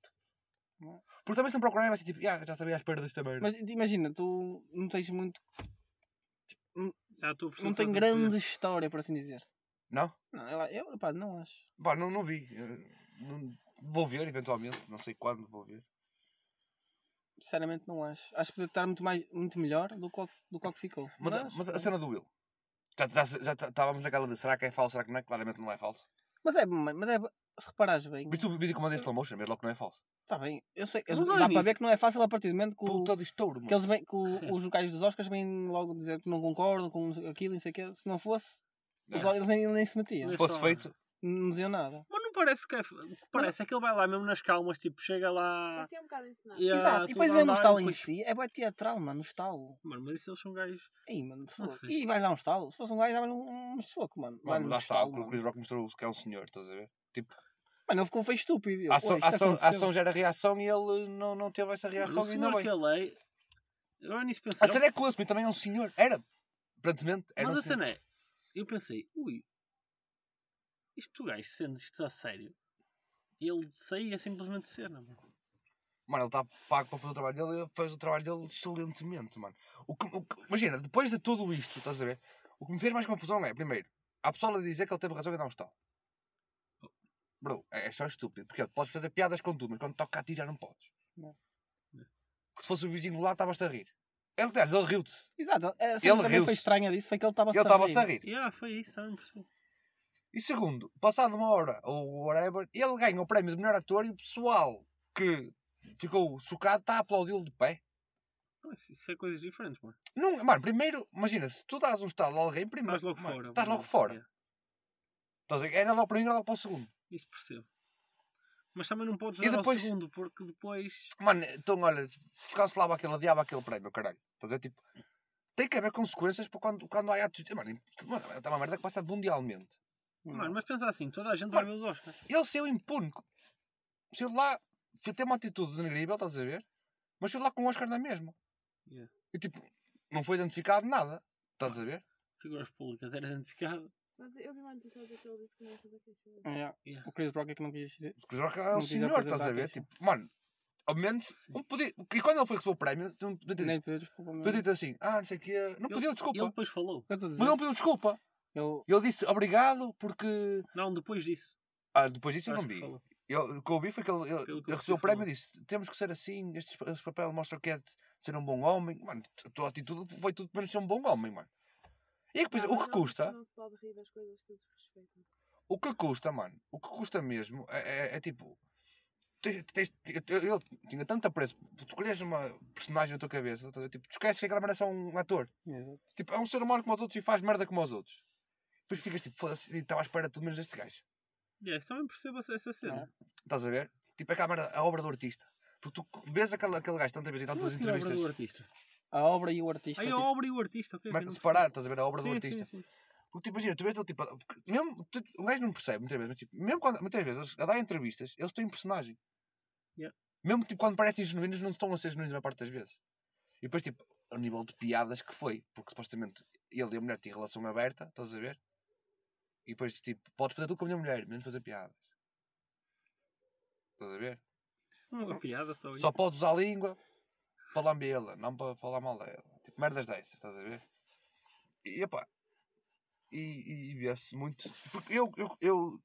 Speaker 3: Não.
Speaker 2: Porque também se não procurarem vai ser tipo, "Ya, já sabia as perdas também.
Speaker 3: Mas imagina, tu não tens muito.
Speaker 4: Já estou É a perceber
Speaker 3: Não
Speaker 4: o que
Speaker 3: tem
Speaker 4: estás a
Speaker 3: grande
Speaker 4: dizer.
Speaker 3: história, por assim dizer.
Speaker 2: Não?
Speaker 3: Não, eu, eu pá, não acho.
Speaker 2: Pá, não, não vi. Eh, não- vou ver, eventualmente. Não sei quando vou ver.
Speaker 3: Sinceramente, não acho. Acho que podia estar muito, mais, muito melhor do que, o- do que o que ficou.
Speaker 2: Mas, a- mas assim, a cena do Will. Já estávamos já, tá- estávamos naquela de será que é falso, será que não é? Claramente não é falso.
Speaker 3: Mas é, mas é, se reparares bem,
Speaker 2: Mas tu vi como andei em slow motion, mesmo logo que não é falso.
Speaker 3: está bem. Eu sei,
Speaker 4: Mas olha
Speaker 3: dá para
Speaker 4: nisso.
Speaker 3: ver que não é fácil a partir do momento que, o-
Speaker 2: Puta de estouro,
Speaker 3: que,
Speaker 2: mano.
Speaker 3: eles vêm- que o- os locais dos Oscars vêm logo dizer que não concordam com aquilo e não sei o quê. Se não fosse, os
Speaker 2: Não.
Speaker 3: eles nem, nem se metiam.
Speaker 2: Se
Speaker 4: Mas-
Speaker 2: fosse feito,
Speaker 3: Não diziam nada.
Speaker 4: Mas não parece que é. f- o que Parece é que ele vai lá mesmo nas calmas, tipo, chega lá.
Speaker 5: Parecia um bocado ensinado.
Speaker 4: e há
Speaker 3: Exato. E
Speaker 4: tudo
Speaker 3: depois
Speaker 4: a
Speaker 3: vem no
Speaker 4: andar e
Speaker 3: estalo em
Speaker 4: depois-
Speaker 3: si. É bem teatral, mano, o estalo.
Speaker 4: Mano, mas isso eles são gajos.
Speaker 3: Aí, mano, fogo.
Speaker 4: sei.
Speaker 3: E vai dar um estalo. Se fosse um gajo, dava-lhe um, um soco, mano.
Speaker 2: mano,
Speaker 3: Dava-lhe
Speaker 2: lá
Speaker 3: um
Speaker 2: está.
Speaker 3: estalo,
Speaker 2: O
Speaker 3: mano.
Speaker 2: Chris Rock mostrou-se que é um senhor, estás a ver? Tipo,
Speaker 3: Mano, ele ficou feio estúpido. Eu,
Speaker 2: a ação,
Speaker 3: "Ué, isto
Speaker 2: a ação, a
Speaker 3: aconteceu."
Speaker 2: ação gera reação e ele não, não teve essa
Speaker 4: Mano,
Speaker 2: reação
Speaker 4: o
Speaker 2: e É ainda
Speaker 4: senhor
Speaker 2: bem.
Speaker 4: que ele é. Eu nem se pensei.
Speaker 2: A cena é que o Will Smith também é um senhor. Era, aparentemente, era
Speaker 4: Mas
Speaker 2: um
Speaker 4: a
Speaker 2: senhor.
Speaker 4: cena é. Eu pensei, ui. Isto o gajo sendo isto a sério. Ele saía simplesmente de cena, mano.
Speaker 2: Mano, ele está pago para fazer o trabalho dele e ele fez o trabalho dele excelentemente, mano. O que, o que- imagina, depois de tudo isto, estás a ver? O que me fez mais confusão é, primeiro, há pessoal a dizer que ele teve razão em dar um estalo. Bro, é, é só estúpido, porque podes fazer piadas com tu, mas quando toca a ti já não podes.
Speaker 3: Não.
Speaker 2: Porque se fosse o vizinho do lado, estavas-te a rir. Ele, aliás, ele riu-te.
Speaker 3: Exato. A
Speaker 2: Ele
Speaker 3: cena que também foi
Speaker 2: riu-se.
Speaker 3: estranha disso. Foi que ele estava a
Speaker 2: Ele estava-se a
Speaker 3: rir.
Speaker 2: rir.
Speaker 4: E ah, foi isso, sabe? percebi.
Speaker 2: E segundo, passado uma hora ou whatever, ele ganha o prémio de melhor ator e o pessoal que ficou chocado está a aplaudi-lo de pé.
Speaker 4: Não, Isso isso é coisas diferentes, mano.
Speaker 2: Não, mano, primeiro, imagina, se tu dás um estado a alguém, primeiro.
Speaker 4: Estás logo
Speaker 2: mano,
Speaker 4: fora.
Speaker 2: Estás
Speaker 4: mano.
Speaker 2: logo fora.
Speaker 4: Yeah,
Speaker 2: Estás a ver? Era logo para mim, era logo para o segundo.
Speaker 4: Isso percebo. Mas também não podes
Speaker 2: E
Speaker 4: dar
Speaker 2: depois-
Speaker 4: ao segundo, porque depois.
Speaker 2: Mano, então olha, cancelava aquele, adiava aquele prémio, caralho. Estás a ver? Tipo, tem que haver consequências para quando, quando há atos. de- Mano, mano, está uma merda que passa mundialmente.
Speaker 3: Hum.
Speaker 2: Hum.
Speaker 4: Mano, mas pensa assim, toda a gente vai ver os Oscars.
Speaker 2: Ele saiu impune. Saiu lá, fe- teve uma atitude denegrível, estás a ver? Mas saiu lá com o Oscar na mesma.
Speaker 4: Yeah.
Speaker 2: E tipo, não foi identificado nada. Estás a ver?
Speaker 4: Figuras públicas era identificado.
Speaker 5: Mas eu vi uma notícia hoje que ele disse que não ia fazer queixa.
Speaker 3: Yeah.
Speaker 4: Yeah.
Speaker 3: O Chris Rock é que não quis dizer.
Speaker 2: O Chris Rock é
Speaker 3: Não
Speaker 2: um
Speaker 3: quis
Speaker 2: senhor, estás
Speaker 3: apresentar
Speaker 2: a
Speaker 3: a
Speaker 2: ver?
Speaker 3: queixa.
Speaker 2: Tipo, mano, ao menos.
Speaker 4: Sim.
Speaker 2: Não podia, e quando ele foi receber o prémio, não podia ter
Speaker 3: Nem lhe pediu desculpa. mano.
Speaker 2: Eu dito assim, ah, não sei o quê. Não
Speaker 4: Ele-
Speaker 2: pediu
Speaker 4: Ele
Speaker 2: desculpa.
Speaker 4: depois falou.
Speaker 3: O que eu estou a
Speaker 2: Mas ele
Speaker 3: dizer?
Speaker 2: pediu desculpa.
Speaker 3: Eu...
Speaker 2: Ele disse obrigado porque.
Speaker 4: Não, depois disso.
Speaker 2: Ah, depois disso eu
Speaker 4: acho
Speaker 2: não
Speaker 4: que
Speaker 2: vi.
Speaker 4: falou.
Speaker 2: Ele- o que eu vi foi que ele, ele-
Speaker 4: Pelo
Speaker 2: ele
Speaker 4: que eu
Speaker 2: recebeu o
Speaker 4: percebi,
Speaker 2: prémio e
Speaker 4: falou.
Speaker 2: disse: temos que ser assim, este, pa- este papel mostra que é de ser um bom homem. Mano, a tua atitude foi tudo menos ser um bom homem, mano. E depois,
Speaker 5: Ah,
Speaker 2: o
Speaker 5: mas
Speaker 2: que
Speaker 5: não-
Speaker 2: custa,
Speaker 5: Não se pode rir das coisas que os respeitam.
Speaker 2: O que custa, mano, o que custa mesmo é, é- é tipo. tens- tens- eu, eu tinha tanto apreço. Tu colheres uma personagem na tua cabeça, estás a ver? tipo, tu esqueces que aquela merda é só um ator.
Speaker 3: Exato.
Speaker 2: Tipo, é um ser humano como os outros e faz merda como os outros. Depois ficas tipo, foda-se, estava à espera de tudo menos deste gajo.
Speaker 4: Yeah, também percebo essa- essa cena.
Speaker 2: Estás a ver? Tipo, é aquela merda, a obra do artista. Porque tu vês aquele, aquele gajo tanta vez em
Speaker 4: Como
Speaker 2: tantas
Speaker 4: assim a obra do
Speaker 2: entrevistas.
Speaker 4: artista?
Speaker 3: A obra e o artista.
Speaker 2: é
Speaker 4: Aí a
Speaker 3: tipo,
Speaker 4: obra e o artista. ok, ok,
Speaker 2: Mas
Speaker 4: não
Speaker 2: separar, estás a ver? A obra do
Speaker 4: percebo.
Speaker 2: artista.
Speaker 4: Sim, sim, sim.
Speaker 2: Porque, tipo, imagina, tu vês ele, tipo, porque mesmo, tu, o gajo não percebe muitas vezes, mas, tipo, mesmo quando, muitas vezes, eles, a dar entrevistas, eles têm personagem.
Speaker 4: Yeah.
Speaker 2: Mesmo, tipo, quando parecem genuínos, não estão a ser genuínos na parte das vezes. E depois, tipo, o nível de piadas que foi, porque supostamente ele e a mulher têm relação aberta, estás a ver? E depois, tipo, podes fazer tudo com a minha mulher, menos fazer piadas. Estás a ver?
Speaker 4: Isso não é uma piada só isso.
Speaker 2: Só pode usar a língua para lambê-la, não para falar mal dela. Tipo, merdas dessas, estás a ver? E epá, e, e vê-se muito. Porque eu, eu, eu,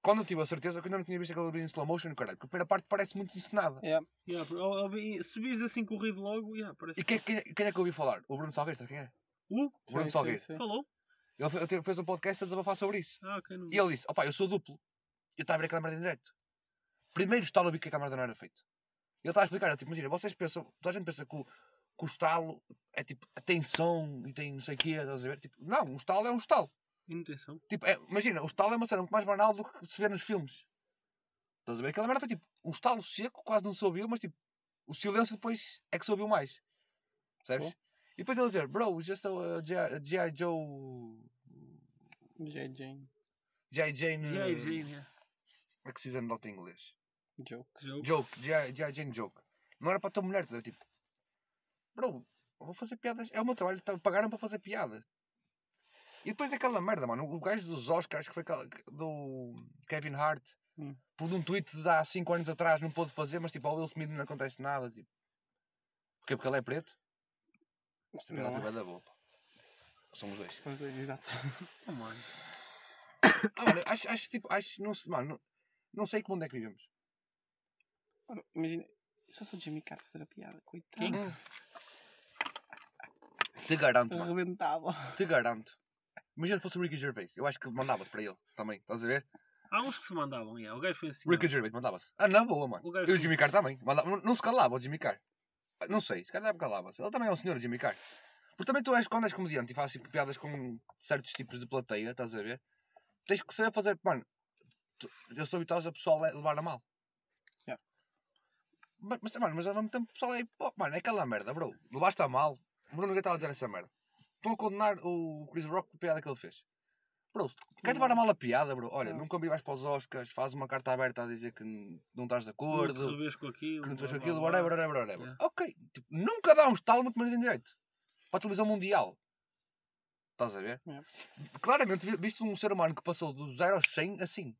Speaker 2: quando eu tive a certeza, que eu ainda não tinha visto aquele vídeo em slow motion, caralho, porque a primeira parte parece muito encenada.
Speaker 4: Yeah, por- ao- ao- e é, se vires assim corrido logo, yeah, parece.
Speaker 2: E quem, quem, quem é que eu ouvi falar? O Bruno Salgueiro, sabe quem é?
Speaker 4: Uh,
Speaker 2: O Bruno
Speaker 3: sim,
Speaker 2: Salgueiro.
Speaker 3: sim, sim.
Speaker 4: falou?
Speaker 2: Ele fe- ele fez um podcast a desabafar sobre isso.
Speaker 4: Ah, ok, não
Speaker 2: E ele disse: opá, eu sou duplo. Eu estava a ver aquela merda em direto. Primeiro estalo eu vi que a câmera não era feito. Ele estava a explicar: eu, tipo, imagina, vocês pensam, toda a gente pensa que o, que o estalo é tipo, tem som e tem não sei o quê, estás a ver? Tipo, não, um estalo é um estalo.
Speaker 4: Intenção.
Speaker 2: Tipo, é- imagina, o estalo é uma cena muito mais banal do que se vê nos filmes. Estás a ver? Aquela merda foi tipo, um estalo seco, quase não se ouviu, mas tipo, o silêncio depois é que se ouviu mais. Percebes?
Speaker 3: Sim.
Speaker 2: E depois ele dizer: bro, just a uh, G.I. G.I. Joe.
Speaker 3: J. Jane.
Speaker 2: G.I. Jane.
Speaker 4: E aí,
Speaker 2: eh,
Speaker 4: Virginia?
Speaker 2: Como é que se diz a nota em inglês?
Speaker 3: Joke.
Speaker 4: Que jogo?
Speaker 2: Joke, G.I. G.I. Jane Joke. Não era para a tua mulher, estás a ver? Tipo, bro, eu vou fazer piadas. É o meu trabalho, tá- pagaram para fazer piadas. E depois daquela merda, mano, o gajo dos Oscars, que foi aquela- do Kevin Hart,
Speaker 3: Hum.
Speaker 2: por um tweet de há 5 anos atrás, não pôde fazer, mas tipo, ao Will Smith não acontece nada. Tipo, porquê? Porque ele é preto? Esta piada
Speaker 3: Não é?
Speaker 2: foi bué tipo, da boa, pá. Somos dois.
Speaker 3: Pois é, Exato.
Speaker 4: Oh, mano.
Speaker 2: Ah, mano, acho, acho, tipo, acho, não, sei- mano, não, não sei que mundo é que vivemos.
Speaker 3: Ora, Imagina, se fosse o Jimmy Carr fazer a piada, coitado.
Speaker 4: Quem?
Speaker 2: Te garanto, mano.
Speaker 3: Rebentava.
Speaker 2: Te garanto. Imagina se fosse o Ricky Gervais. Eu acho que mandava-se para ele também. Estás a ver?
Speaker 4: Há uns que se mandavam, yeah. o gajo foi assim.
Speaker 2: Ricky
Speaker 4: ó.
Speaker 2: Gervais mandava-se. Ah, na boa, mano.
Speaker 4: O gajo
Speaker 2: E o
Speaker 4: foi-
Speaker 2: Jimmy Carr também. Mandava- não- Não se calava o Jimmy Carr. Ah, Não sei, se calhar calava-se. Ele também é um senhor, o Jimmy Carr. Porque também tu és, quando és comediante e fazes tipo, piadas com certos tipos de plateia, estás a ver? Tens que saber fazer. Mano, tu- eu estou habituado a pessoal le- levar a mal.
Speaker 3: Yeah.
Speaker 2: Mas, mas, mano, mas ao mesmo tempo o pessoal é. hipó- Mano, é aquela merda, bro. Levaste a mal. O Bruno Nogueira estava a dizer essa merda. Estão a condenar o Chris Rock por piada que ele fez. Bro, queres levar a mal a piada, bro? Olha,
Speaker 3: Não.
Speaker 2: não convidas para os Oscars, faz uma carta aberta a dizer que n- não estás de
Speaker 4: Não te
Speaker 2: acordo
Speaker 4: revês com aquilo.
Speaker 2: que não te fez
Speaker 4: blá,
Speaker 2: aquilo,
Speaker 4: blá, blá.
Speaker 2: whatever, whatever, whatever.
Speaker 4: Yeah.
Speaker 2: Ok, tipo, nunca dá um estalo, muito menos em direito. Para a televisão mundial. Estás a ver?
Speaker 3: Yeah.
Speaker 2: Claramente, vi- viste um ser humano que passou do 0 aos 100 assim.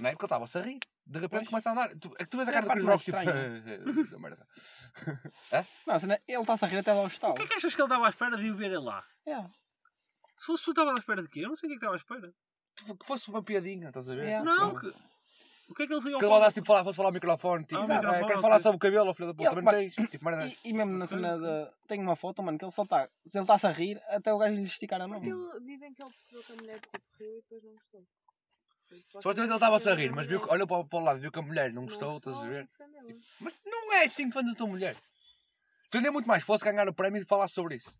Speaker 2: Na época é? estava-se a rir. De repente
Speaker 3: Pois.
Speaker 2: começa a andar. Tu, é que tu vês a
Speaker 3: É a
Speaker 2: cara do Chris Rock,
Speaker 3: parte
Speaker 2: tipo...
Speaker 3: mais
Speaker 2: "Ah, merda."
Speaker 3: Não, a cena- ele está-se a rir até lá ao
Speaker 4: O
Speaker 3: estalo.
Speaker 4: que é que achas que ele estava à espera de o ver ele lá?
Speaker 3: Yeah.
Speaker 4: Se fosse tu, estava à espera de quê? Eu não sei o que é que estava à espera.
Speaker 2: Tipo, Que fosse uma piadinha, estás a ver?
Speaker 3: Yeah.
Speaker 4: Não, que... o que é que ele saiu
Speaker 2: Ah, Que ele mandasse, tipo, falar, fosse falar ao microfone, tipo,
Speaker 4: Ah,
Speaker 2: "Ah,
Speaker 4: microfone,
Speaker 2: quero
Speaker 4: ok.
Speaker 2: falar sobre o cabelo, filho da puta,
Speaker 3: Yeah,
Speaker 2: também
Speaker 3: mas-
Speaker 2: tens. Tipo, merda.
Speaker 3: E, e mesmo na
Speaker 4: Ok.
Speaker 3: cena de. Tenho uma foto, mano, que ele só está. Ele está-se a rir até o gajo lhe esticar a mão.
Speaker 5: Porque ele- dizem que ele percebeu que a mulher tipo riu e depois não gostou.
Speaker 2: Supostamente ele estava-se a rir, mas viu, que- olhou para, o- para o lado, viu que a mulher não gostou, estás a ver? Mas não é assim que defendes a tua mulher. Defender muito mais. Fosse ganhar o prémio e falar sobre isso. assim-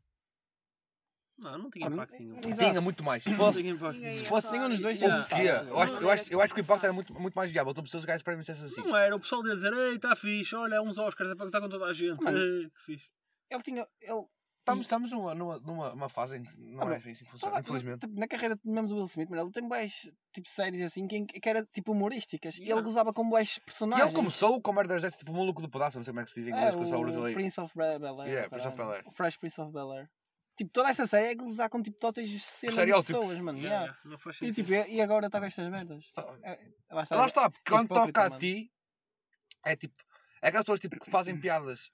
Speaker 4: Não, não tinha
Speaker 3: Ah, não-
Speaker 4: impacto nenhum.
Speaker 3: Exato.
Speaker 2: Tinha muito mais.
Speaker 4: Não
Speaker 2: Fosse.
Speaker 4: tinha impacto
Speaker 5: Ninguém
Speaker 4: nenhum.
Speaker 5: ia.
Speaker 2: fosse
Speaker 3: Nenhum dos dois
Speaker 4: Yeah.
Speaker 3: ia
Speaker 2: Yeah,
Speaker 3: gostar.
Speaker 2: eu, acho, eu, acho, eu acho que o impacto era muito, muito mais viável. Então, pessoas ganharem o prémio e dissessem assim.
Speaker 4: Não era, o pessoal dizia dizer, ei, está fixe, olha, uns Oscars, é para gozar com toda a gente.
Speaker 3: Mano.
Speaker 4: Ei, que fixe.
Speaker 3: Ele tinha. Ele,
Speaker 2: Estamos, estamos numa, numa, numa numa fase em que não
Speaker 3: Ah,
Speaker 2: é assim
Speaker 3: bem.
Speaker 2: que
Speaker 3: toda-
Speaker 2: funciona, infelizmente.
Speaker 3: tipo, na carreira mesmo do Will Smith, mano, ele tem boas tipo séries assim que, que era tipo humorísticas. E
Speaker 4: Yeah.
Speaker 3: ele gozava com boas
Speaker 2: E
Speaker 3: personagens.
Speaker 2: ele começou com merdas dessas, tipo, maluco do pedaço, não sei como é que se diz em
Speaker 3: É,
Speaker 2: inglês, que eu sou
Speaker 3: o
Speaker 2: brasileiro.
Speaker 3: Prince of Bel Air.
Speaker 2: Yeah, Prince of Bel-Air.
Speaker 3: Fresh Prince of Bel Air. Tipo, toda essa série é gozar com tipo totas de cenas de
Speaker 2: Estereótipos.
Speaker 3: pessoas, mano.
Speaker 4: Yeah,
Speaker 3: yeah.
Speaker 4: yeah, Não faz
Speaker 3: E
Speaker 4: sentido.
Speaker 3: tipo, e e agora toca estas merdas. Tipo, é,
Speaker 2: Ah,
Speaker 3: Lá está.
Speaker 2: Lá está, porque quando
Speaker 3: hipócrita,
Speaker 2: toca a
Speaker 3: mano.
Speaker 2: ti, é tipo. É aquelas pessoas tipo, que fazem piadas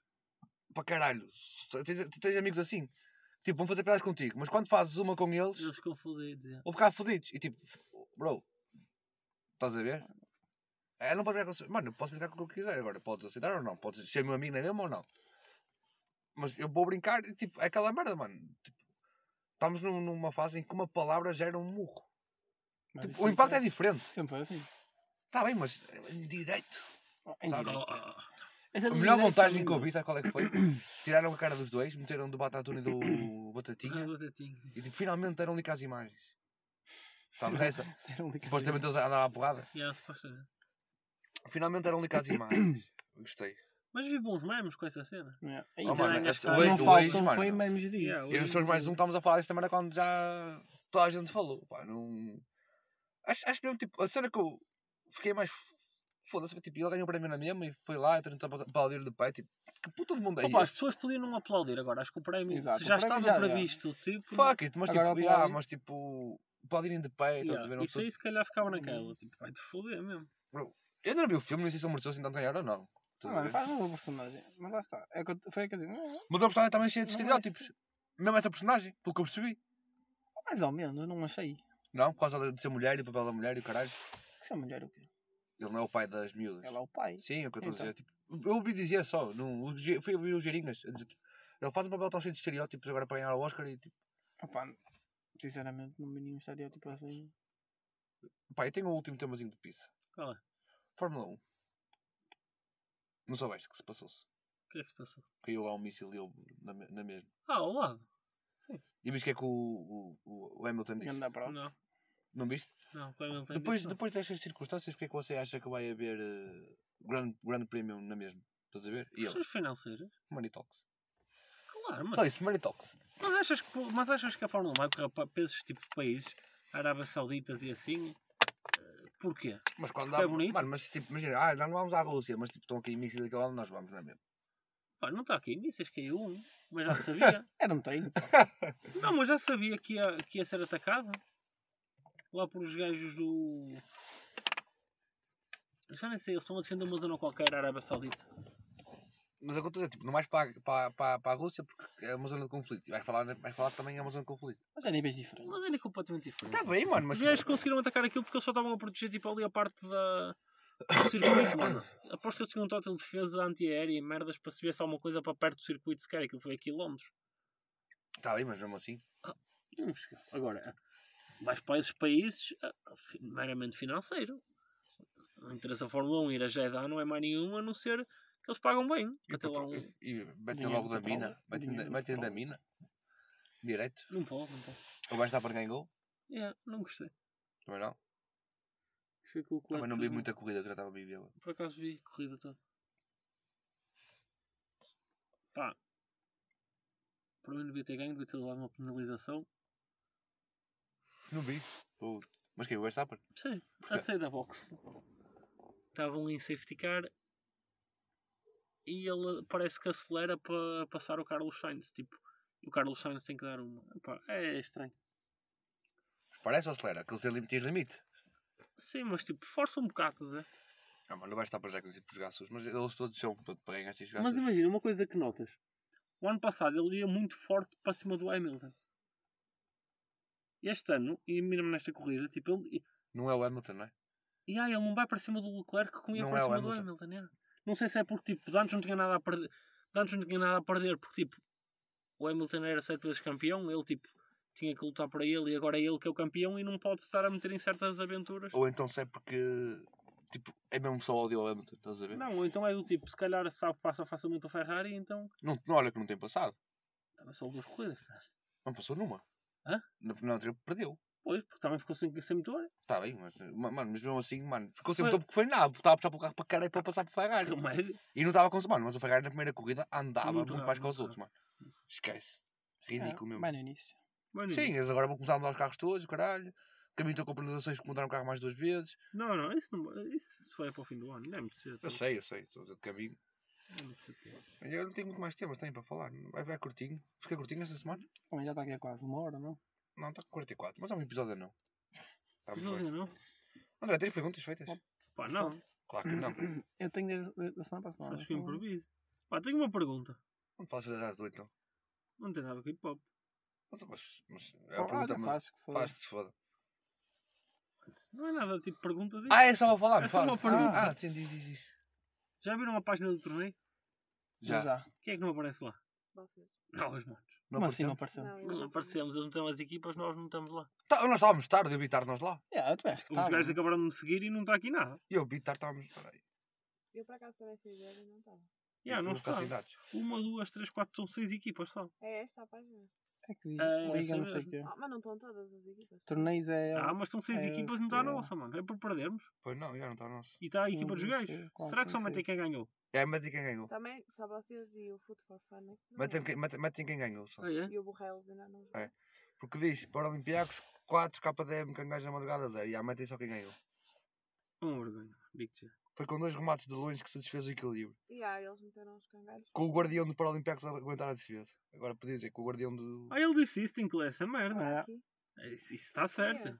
Speaker 2: para caralho. Tu Tens, tu tens amigos assim. Tipo, vão fazer piadas contigo, mas quando fazes uma com eles.
Speaker 4: Eles ficam fodidos. yeah.
Speaker 2: ou ficar fodidos. E tipo, bro, estás a ver? É, não pode brincar com. o seu- Mano, eu posso brincar com o que eu quiser agora. Podes aceitar ou não? Podes ser meu amigo na mesma ou não? Mas eu vou brincar e tipo, é aquela merda, mano. Tipo, estamos num- numa fase em que uma palavra gera um murro.
Speaker 3: Mas
Speaker 2: Tipo,
Speaker 3: isso
Speaker 2: o impacto é
Speaker 3: sempre-
Speaker 2: diferente.
Speaker 3: Sempre foi assim.
Speaker 2: Está bem, mas é direito.
Speaker 3: Oh, em
Speaker 2: Sabe? ah,
Speaker 3: direto.
Speaker 4: Oh, oh,
Speaker 3: Essa
Speaker 2: A
Speaker 3: é do
Speaker 2: melhor
Speaker 3: direto
Speaker 2: montagem
Speaker 3: também,
Speaker 2: que eu
Speaker 3: meu.
Speaker 2: vi, sabe qual é que foi? Tiraram a cara dos dois, meteram do Batatuna e do
Speaker 4: ah,
Speaker 2: Batatinha
Speaker 4: batatinha.
Speaker 2: e tipo, finalmente deram link às imagens. Sabes essa?
Speaker 3: Era um lindo.
Speaker 2: Supostamente eles andaram à porrada.
Speaker 4: Yeah, supostamente.
Speaker 2: Finalmente deram link às imagens. Gostei.
Speaker 4: Mas vi bons memes com essa cena.
Speaker 3: Yeah. Aí,
Speaker 2: Oh, mano,
Speaker 4: também
Speaker 2: esse-
Speaker 4: acho que
Speaker 3: não
Speaker 2: hoje, hoje,
Speaker 3: faltam,
Speaker 2: mano.
Speaker 3: foi memes disso.
Speaker 4: Yeah,
Speaker 2: E nos teus mais um estávamos a falar desta merda quando já toda a gente falou. Pá, não... acho, acho mesmo tipo, a cena que eu fiquei mais f- foda-se, foi, tipo, ele ganhou o prémio na mesma e foi lá e tentou aplaudir de pé. Tipo, que puta de mundo é
Speaker 4: Opa, as
Speaker 2: este?
Speaker 4: pessoas podiam não aplaudir agora. Acho que o prémio
Speaker 3: Exato,
Speaker 4: se já
Speaker 3: o prémio
Speaker 4: estava
Speaker 3: já, já.
Speaker 4: previsto. Tipo,
Speaker 2: Fuck it, mas tipo,
Speaker 3: Agora
Speaker 2: yeah,
Speaker 3: aplaudem.
Speaker 2: mas tipo, aplaudirem de pé,
Speaker 3: então
Speaker 2: estás a
Speaker 4: yeah,
Speaker 2: ver? Não
Speaker 4: isso
Speaker 3: é
Speaker 2: sei-
Speaker 4: aí se calhar ficava
Speaker 3: Hum.
Speaker 4: naquela. Tipo, vai-te foder mesmo.
Speaker 2: Eu ainda não vi o filme, nem sei se ele mereceu assim tanto ganhar ou não. estás
Speaker 3: Ah,
Speaker 2: a
Speaker 3: mano,
Speaker 2: ver?
Speaker 3: faz uma boa personagem. Mas lá está. É o que eu- foi o que eu disse. Não,
Speaker 2: Mas a personagem também é cheia de
Speaker 3: Não é
Speaker 2: estereótipos. Mesmo essa personagem, pelo que eu percebi.
Speaker 3: Mais ou menos, não achei. é
Speaker 2: Não, por causa de ser mulher e o papel da mulher e o caralho.
Speaker 3: Que se a mulher o quê?
Speaker 2: Ele não é o pai das miúdas.
Speaker 3: Ela é o pai.
Speaker 2: Sim, é o que eu estou
Speaker 3: Então.
Speaker 2: a dizer. Tipo, eu ouvi dizer só, não, o Ge- fui ouvir o Geringas a dizer tipo, ele faz um papel tão cheio de estereótipos agora para ganhar o Oscar e tipo,
Speaker 3: Opa, sinceramente, não me nenhum estereótipo assim.
Speaker 2: pá, eu tenho o último temazinho de pizza.
Speaker 4: Qual é?
Speaker 2: Fórmula 1. Não soubeste que se passou-se.
Speaker 4: O que é que se passou?
Speaker 2: Caiu lá um míssil e eu na, me- na mesma.
Speaker 4: Ah, ao lado.
Speaker 2: E viste o que é que o, o, o- o Hamilton disse?
Speaker 3: Ganda prova.
Speaker 4: Não.
Speaker 2: Não viste?
Speaker 4: Não, qual é o
Speaker 2: Depois, depois destas circunstâncias, porque é que você acha que vai haver eh, grande, grande prémio na mesma? Estás a ver? E eu,
Speaker 4: Questões financeiras?
Speaker 2: Money Talks.
Speaker 4: Claro, mas
Speaker 2: Só isso, Money Talks.
Speaker 4: Mas achas que, mas achas que a Fórmula 1 vai correr para esses tipo de países, Arábia Saudita e assim? eh, Porquê?
Speaker 2: Mas quando
Speaker 4: É
Speaker 2: dá.
Speaker 4: bonito.
Speaker 2: Mano, mas tipo, imagina, ah, nós não vamos à Rússia, mas tipo, estão aqui mísseis daquele lado, nós vamos, não é mesmo?
Speaker 4: Pá, não está aqui, disseste que é um, mas já sabia.
Speaker 3: Era um treino.
Speaker 4: não, mas já sabia que ia, que ia ser atacado. Lá por os gajos do. Já nem sei, eles estão a defender uma zona qualquer, Arábia Saudita.
Speaker 2: Mas é o que eu estou a dizer, tipo, não vais para, a- para, para, para a Rússia porque é uma zona de conflito. E vais falar, vais falar também é uma zona de conflito.
Speaker 3: Mas é níveis diferentes.
Speaker 4: Mas é completamente diferente.
Speaker 2: Está bem, mano, mas.
Speaker 4: Os
Speaker 2: tipo,
Speaker 4: gajos conseguiram atacar aquilo porque eles só estavam a proteger tipo, ali a parte da... do circuito, mano. Aposto que eles tinham um total de defesa antiaérea e merdas para se viesse alguma coisa para perto do circuito, se calhar aquilo foi a quilómetros.
Speaker 2: Está bem, mas mesmo assim.
Speaker 4: Não chega. Agora, vais para esses países ah, fi- meramente financeiro. Não interessa a Fórmula 1 ir a Jeddah não é mais nenhum a não ser que eles pagam bem.
Speaker 2: E,
Speaker 4: Até lá
Speaker 2: petro...
Speaker 4: um...
Speaker 2: e metem
Speaker 3: Dinheiro
Speaker 2: logo
Speaker 3: do
Speaker 2: da
Speaker 3: petróleo.
Speaker 2: mina. Metem da-
Speaker 3: Dinheiro do
Speaker 2: metem da
Speaker 3: petróleo.
Speaker 2: mina. Direto.
Speaker 4: Não pode, não pode.
Speaker 2: Ou vais estar para ganhar gol?
Speaker 4: É, não gostei.
Speaker 2: Também não.
Speaker 4: Achei que o
Speaker 2: Também
Speaker 4: Leclerc
Speaker 2: não vi
Speaker 4: fez um-
Speaker 2: muita corrida que eu já estava a viver.
Speaker 4: Por acaso vi a corrida toda. Pá. Para mim devia ter ganho, devia ter levado uma penalização.
Speaker 2: Não vi. Pô, Mas que é, o Verstappen?
Speaker 4: Sim, a sair da box. Estava ali em safety car. E ele parece que acelera para passar o Carlos Sainz. Tipo, e o Carlos Sainz tem que dar uma. Pá, é estranho.
Speaker 2: Parece ou acelera? Aquele ser limite tens limite.
Speaker 4: Sim, mas tipo, força um bocado, estás a ver?
Speaker 2: Ah, mano, o Verstappen já é conhecido por jogar sus, mas eles todos são portanto, para ganhar estes jogar
Speaker 4: Mas
Speaker 2: sus.
Speaker 4: imagina, uma coisa que notas. O ano passado ele ia muito forte para cima do Hamilton. Este ano, e mira-me nesta corrida, tipo, ele,
Speaker 2: Não é o Hamilton, não é?
Speaker 4: E ah, ele não vai para cima do Leclerc como ia
Speaker 2: Não
Speaker 4: para
Speaker 2: é o
Speaker 4: cima do
Speaker 2: Hamilton.
Speaker 4: Hamilton. é. Não sei se é porque tipo, Dantes não tinha nada a perder. Dantes não tinha nada a perder porque tipo, o Hamilton era sete vezes campeão, ele tipo tinha que lutar para ele e agora é ele que é o campeão e não pode estar a meter em certas aventuras.
Speaker 2: Ou então se é porque, tipo, é mesmo só ódio ao Hamilton, estás a ver? Não.
Speaker 4: Não, ou então é do tipo, se calhar sabe que passa facilmente o Ferrari, então
Speaker 2: Não, olha que não tem passado.
Speaker 4: também são duas corridas.
Speaker 2: Não passou numa.
Speaker 4: Hã?
Speaker 2: Na, na anterior perdeu.
Speaker 4: Pois, porque também ficou sem, sem motor.
Speaker 2: Está bem, mas, ma- mano, mas mesmo assim, mano, ficou
Speaker 4: Foi.
Speaker 2: sempre top porque foi nada. Estava a puxar para o carro para caralho para passar para o Ferrari.
Speaker 4: Remédio.
Speaker 2: E não estava a conseguir, mano, mas o Ferrari na primeira corrida andava
Speaker 4: Muito
Speaker 2: muito,
Speaker 4: rápido,
Speaker 2: mais que os
Speaker 4: muito
Speaker 2: outros, mano. Esquece. Ridículo mesmo.
Speaker 3: Mas É, no início.
Speaker 4: Mano,
Speaker 2: Sim, eles agora vão começar a mudar os carros todos, o caralho. Caminho estão com penalizações que mudaram o carro mais duas vezes.
Speaker 4: Não, não, isso, não, isso foi para o fim do ano, não é muito cedo.
Speaker 2: Eu sei, eu sei, estou a dizer de caminho.
Speaker 4: não é muito cedo.
Speaker 2: Olha, Eu não tenho muito mais temas também para falar. Vai, vai curtinho. Fica curtinho esta semana?
Speaker 3: Também já está aqui há quase uma hora, não?
Speaker 2: Não, está com 44. Mas há um episódio não. Estamos
Speaker 4: Não, é,
Speaker 2: bem.
Speaker 4: não.
Speaker 2: André, tens perguntas feitas?
Speaker 4: Pá, não.
Speaker 3: Foda-se.
Speaker 2: Claro que não.
Speaker 3: Eu tenho desde desde a semana passada. é?
Speaker 4: Sabes que eu improviso. Pá, tenho uma pergunta.
Speaker 2: Não faças das às 8 então.
Speaker 4: Não tem nada com hip hop.
Speaker 2: Não, tá, mas, mas é
Speaker 3: Ah,
Speaker 2: a pergunta,
Speaker 3: olha,
Speaker 2: mas
Speaker 3: faz que se foda.
Speaker 2: faz-te se foda.
Speaker 4: Não é nada tipo pergunta disso.
Speaker 2: Ah, é só para falar,
Speaker 4: É
Speaker 2: me
Speaker 4: só
Speaker 2: fala.
Speaker 4: uma pergunta.
Speaker 2: Ah, ah, sim, diz, diz, diz.
Speaker 4: Já viram a página do torneio?
Speaker 2: Já.
Speaker 3: já.
Speaker 4: Quem é que não aparece lá?
Speaker 5: Vocês.
Speaker 4: Não, os manos.
Speaker 2: Não
Speaker 3: Como assim não
Speaker 2: apareceu?
Speaker 3: apareceu?
Speaker 5: Não, eu
Speaker 4: Não
Speaker 5: não vi.
Speaker 4: aparecemos, eles meteram as equipas, nós não estamos lá.
Speaker 2: Tá, nós estávamos tarde, eu e o Bitar nós lá.
Speaker 3: Yeah, eu também acho que
Speaker 4: Os
Speaker 3: tá,
Speaker 4: gajos
Speaker 2: né?
Speaker 3: mano.
Speaker 4: acabaram de me seguir e não está aqui nada.
Speaker 2: Eu e o Bitar estávamos. Peraí,
Speaker 5: Eu por acaso também fui ver e não estava.
Speaker 4: Yeah, não
Speaker 2: tínhamos
Speaker 4: está.
Speaker 2: capacidades.
Speaker 4: Uma, duas, três, quatro, são seis equipas só.
Speaker 5: É esta a página.
Speaker 3: É que diz,
Speaker 4: Ah, é
Speaker 3: Liga,
Speaker 4: essa
Speaker 3: não sei o
Speaker 4: mesmo.
Speaker 3: quê.
Speaker 5: Ah, mas não estão todas as equipas.
Speaker 2: Então
Speaker 3: Torneios é.
Speaker 4: Ah, mas estão seis
Speaker 3: É,
Speaker 4: equipas, não está a
Speaker 3: é.
Speaker 4: nossa, mano. É por perdermos.
Speaker 2: Pois não, já não está nosso.
Speaker 4: E está a equipa
Speaker 3: Um,
Speaker 4: dos
Speaker 3: dois,
Speaker 4: gajos.
Speaker 3: três, quatro,
Speaker 4: Será que só
Speaker 3: cinco, seis.
Speaker 4: metem quem ganhou?
Speaker 2: É, metem quem ganhou.
Speaker 5: Também só vocês e o Foot for Fun. é que não
Speaker 2: Metem
Speaker 5: é.
Speaker 2: quem, metem, metem quem ganhou só.
Speaker 4: Ah, é?
Speaker 5: E o Borrell ainda não
Speaker 2: É.
Speaker 5: joga.
Speaker 2: Porque diz, para Olympiacos, 4 KDM, cangajos na madrugada 0. E há, metem só quem ganhou.
Speaker 4: Uma vergonha. Digo-te já.
Speaker 2: Foi com dois remates de longe que se desfez o equilíbrio.
Speaker 5: E ah, eles meteram os cangalhos.
Speaker 2: Com o guardião do Paralympiacos a aguentar a defesa. Agora podia dizer que o guardião do.
Speaker 4: Ah, ele disse isso, tem que ler essa merda.
Speaker 3: Ah,
Speaker 5: Aqui.
Speaker 4: É, Isso isso está certo.
Speaker 5: É.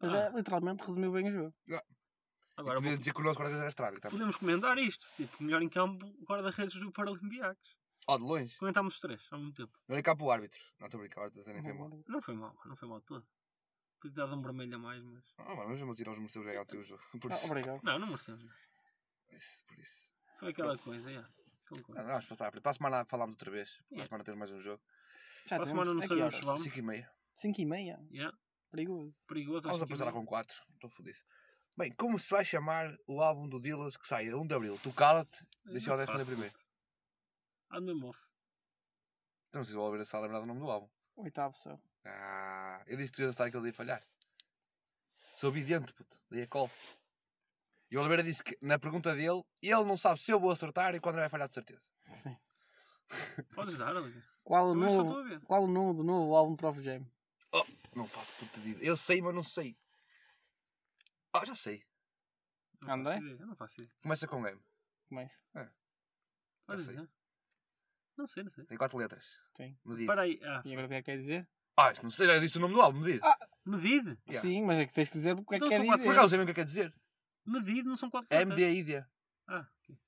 Speaker 3: Mas
Speaker 4: Ah,
Speaker 3: é, literalmente resumiu bem o jogo.
Speaker 2: Agora
Speaker 4: agora
Speaker 2: podia dizer que o nosso guarda-redes era estrábico também.
Speaker 4: podemos comentar isto. Tipo, melhor em campo, guarda-redes do Paralimpiacos.
Speaker 2: Ó, Ah, de longe.
Speaker 4: Comentámos os três há muito tempo.
Speaker 2: Não é cá para o árbitro. Não estou a brincar, a É, nem foi mal.
Speaker 4: Não foi mal, não foi mal de todo. Podia dar um vermelho a mais, mas.
Speaker 2: Ah, mas mesmo assim nós merecemos ganhar o teu jogo. Por
Speaker 3: Ah,
Speaker 2: isso.
Speaker 3: obrigado.
Speaker 4: Não, não merecemos.
Speaker 2: Por isso, por isso.
Speaker 4: Foi aquela coisa, é. Concordo.
Speaker 2: Não, vamos passar à frente. Para a semana falámos outra vez. Para a
Speaker 4: Yeah.
Speaker 2: semana temos mais um jogo.
Speaker 3: Já
Speaker 4: Para a semana não
Speaker 3: temos.
Speaker 4: sabemos se
Speaker 3: A que horas?
Speaker 4: vamos.
Speaker 2: 5 e meia.
Speaker 3: Cinco e meia.
Speaker 4: Yeah.
Speaker 3: Perigoso.
Speaker 4: Perigoso.
Speaker 2: Vamos
Speaker 4: acho que é.
Speaker 2: apostar lá
Speaker 4: não.
Speaker 2: com 4. Estou fodido. Bem, como se vai chamar o álbum do Dillas que sai a 1 de Abril? Tu cala-te.
Speaker 4: Eu
Speaker 2: Deixa
Speaker 4: não
Speaker 2: eu responder
Speaker 4: faço,
Speaker 2: primeiro.
Speaker 4: puto. Ando mesmo off.
Speaker 2: Então não sei se vou ouvir a lembrar do nome do álbum.
Speaker 3: Oitavo só.
Speaker 2: Ah, eu disse que tu ias estar aquele dia a falhar. Sou vidente, puto. Dei a call. E o Oliveira disse que, na pergunta dele, ele não sabe se eu vou acertar e quando vai falhar de certeza.
Speaker 3: Sim.
Speaker 4: Podes dar, Oliver.
Speaker 3: Qual o
Speaker 4: Eu só
Speaker 3: novo?
Speaker 4: estou a ver.
Speaker 3: Qual o nome do novo álbum de Prof Jam?
Speaker 2: Não faço puto de vida. Eu sei, mas não sei. Ah, já sei.
Speaker 4: Não faço
Speaker 3: André?
Speaker 4: ideia, Eu não faço ideia.
Speaker 2: Começa com M.
Speaker 3: Começa.
Speaker 4: Podes
Speaker 2: sei.
Speaker 4: dizer. Não sei, não sei.
Speaker 2: Tem quatro letras.
Speaker 3: Tem.
Speaker 2: Medida.
Speaker 4: Para aí. Ah,
Speaker 3: E agora o que é que quer dizer?
Speaker 2: Ah, isto não sei. Já disse o nome do álbum, medida.
Speaker 3: Ah,
Speaker 4: medide.
Speaker 2: Yeah.
Speaker 3: Sim, mas é que tens que dizer o que é que
Speaker 4: Então
Speaker 3: quer
Speaker 4: são quatro
Speaker 2: Por
Speaker 3: dizer.
Speaker 2: acaso, sei bem o que é que quer dizer.
Speaker 4: Medide, não são quatro
Speaker 2: É
Speaker 4: letras.
Speaker 2: MD Ídia.
Speaker 4: Ah, ok.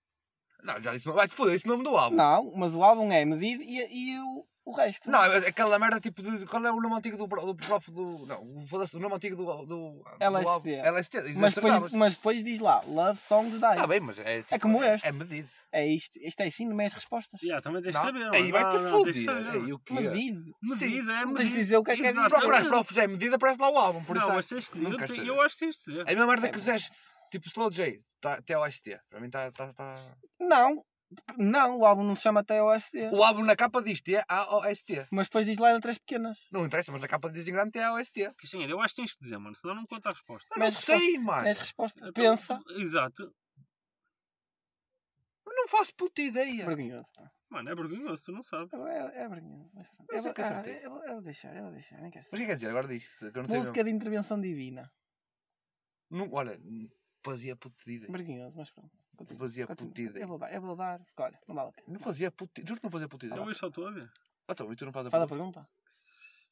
Speaker 2: Não, já disse. Vai-te foder, isso é o nome do álbum.
Speaker 3: Não, mas o álbum é medido e, e o, o resto.
Speaker 2: Não, é aquela merda tipo de. Qual é o nome antigo do, pro- do prof do. Não, o- foda-se, o nome antigo do. do do
Speaker 3: LSD.
Speaker 2: álbum. LSD. e
Speaker 3: mas,
Speaker 2: acertavas.
Speaker 3: depois, mas depois diz lá, Love Songs Die.
Speaker 2: Tá bem, mas é. tipo,
Speaker 3: como este.
Speaker 2: É medido.
Speaker 3: É isto. Isto é sim de meias respostas. Hum,
Speaker 4: Yeah, também tens de
Speaker 2: Não,
Speaker 4: saber.
Speaker 2: aí
Speaker 4: mano.
Speaker 2: vai-te
Speaker 4: Não, não, tens de
Speaker 2: foder.
Speaker 4: saber.
Speaker 2: Aí o é? quê?
Speaker 3: Medido.
Speaker 4: Medida, é
Speaker 3: Não
Speaker 4: medida.
Speaker 3: tens de dizer o que é que é
Speaker 2: Se
Speaker 3: dizer.
Speaker 2: procurares
Speaker 4: Exatamente.
Speaker 2: prof já é medida, aparece lá o álbum. Por isso
Speaker 4: Não,
Speaker 2: há-
Speaker 4: mas tens de
Speaker 2: Não
Speaker 4: dizer. Eu
Speaker 2: quero
Speaker 4: te-
Speaker 2: saber.
Speaker 4: Eu acho que tens de dizer.
Speaker 2: É a mesma merda que
Speaker 3: Sei lá.
Speaker 2: Zés. Tipo Slow J. Tá, TLST. Para mim está. Tá, tá...
Speaker 3: Não. Não, o álbum não se chama TOSD.
Speaker 2: O álbum na capa diz T-A-O-S-T.
Speaker 3: Mas depois diz lá letras pequenas.
Speaker 2: Não interessa, mas na capa diz em grande T-A-O-S-T.
Speaker 4: Cristina, eu acho que tens que dizer, mano. Senão não conta a resposta.
Speaker 2: Não
Speaker 3: Mas
Speaker 2: sei, mano.
Speaker 3: Tens resposta.
Speaker 4: Então,
Speaker 3: Pensa.
Speaker 4: Exato.
Speaker 2: Eu não faço puta ideia.
Speaker 3: Vergonhoso. pá.
Speaker 4: Mano, é vergonhoso, tu não sabes.
Speaker 3: É, é vergonhoso. Mas pronto.
Speaker 2: Mas
Speaker 3: Eu,
Speaker 2: é que
Speaker 3: vou- ah,
Speaker 2: acertei.
Speaker 3: eu vou- eu vou deixar, eu vou deixar. Nem quero
Speaker 2: Mas o que é que
Speaker 3: saber.
Speaker 2: quer dizer? Agora diz. Que eu não sei
Speaker 3: Música de intervenção divina.
Speaker 2: mesmo. Não, olha, fazia puta ideia.
Speaker 3: Vergonhoso, mas pronto. Continua.
Speaker 2: fazia
Speaker 3: Continua.
Speaker 2: puta ideia.
Speaker 3: Eu vou dar, eu vou dar. porque Olha, não vale a pena.
Speaker 2: Não fazia puta Juro que não fazia puta
Speaker 4: Eu
Speaker 2: ideia.
Speaker 4: hoje só estou a ver.
Speaker 2: Ah, então, e tu não fazes a
Speaker 3: Faz a
Speaker 2: pergunta?
Speaker 3: pergunta.